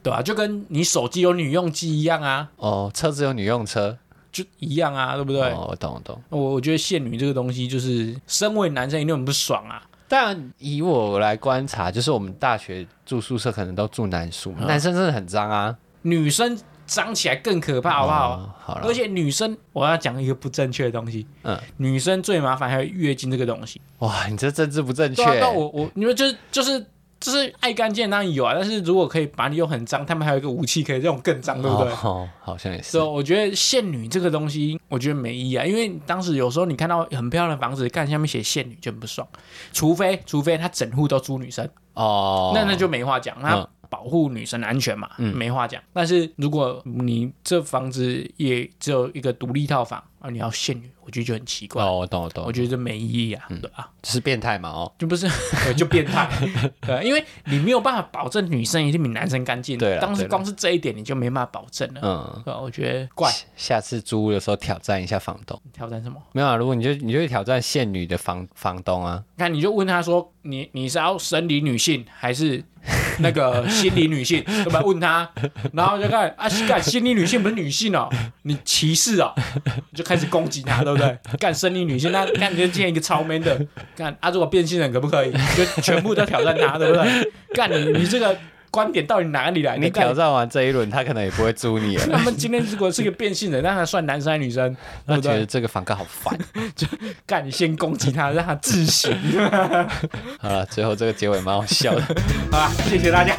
Speaker 2: 对啊，就跟你手机有女用机一样啊，
Speaker 1: 哦，车子有女用车。
Speaker 2: 就一样啊，对不对？
Speaker 1: 哦，我懂我懂。
Speaker 2: 我我觉得限女这个东西，就是身为男生一定很不爽啊，
Speaker 1: 但以我来观察，就是我们大学住宿舍可能都住男宿嘛，
Speaker 2: 嗯
Speaker 1: 男生真的很脏啊，
Speaker 2: 女生脏起来更可怕，好不好？
Speaker 1: 哦？好了
Speaker 2: 而，且女生，我要讲一个不正确的东西。
Speaker 1: 嗯
Speaker 2: 女生最麻烦还有月经这个东西。
Speaker 1: 哇，你这政治不正确
Speaker 2: 对。啊，但我我你们就是就是就是爱干净当然有啊，但是如果可以把你用很脏，他们还有一个武器可以用更脏，对不对？啊
Speaker 1: 哦，好像也是
Speaker 2: 所以、。我觉得限女这个东西，我觉得没意义啊，因为当时有时候你看到很漂亮的房子，看下面写限女就很不爽，除非除非他整户都租女生，
Speaker 1: 哦，
Speaker 2: 那那就没话讲，那
Speaker 1: 嗯
Speaker 2: 保护女生的安全嘛，没话讲。但是如果你这房子也只有一个独立套房啊，你要限女，我觉得就很奇怪，
Speaker 1: 哦，嗯我懂我懂，
Speaker 2: 我觉得这没意义啊，对吧？
Speaker 1: 就是变态嘛哦。
Speaker 2: 就 不是对就变态， 对，啊因为你没有办法保证女生一定比男生干净，
Speaker 1: 对啦
Speaker 2: 当时
Speaker 1: 对啦
Speaker 2: 光是这一点你就没办法保证了，
Speaker 1: 嗯，
Speaker 2: 对啊吧？我觉得怪
Speaker 1: 下下次租屋的时候挑战一下房东，
Speaker 2: 挑战什么？
Speaker 1: 没有啊？如果你就你就去挑战现女的房房东啊，
Speaker 2: 你看你就问他说，你你是要生理女性还是那 个心理女性？对吧？问他，然后就看啊，干心理女性不是女性哦，你歧视哦，就开始攻击他，对不对？干生理女性，那干你就见一个超 man 的，干啊，如果变性人可不可以？就全部都挑战他，对不对？干你你这个观点到底哪里来的？
Speaker 1: 你
Speaker 2: 干
Speaker 1: 挑战完这一轮，他可能也不会租你了。
Speaker 2: 他们今天如果是个变性人，让他算男生还是女生？对
Speaker 1: 他
Speaker 2: 不
Speaker 1: 觉
Speaker 2: 对
Speaker 1: 得？这个房客好烦。
Speaker 2: 干你先攻击他，让他自省。
Speaker 1: 好了，最后这个结尾蛮好笑的。
Speaker 2: 好吧，谢谢大家。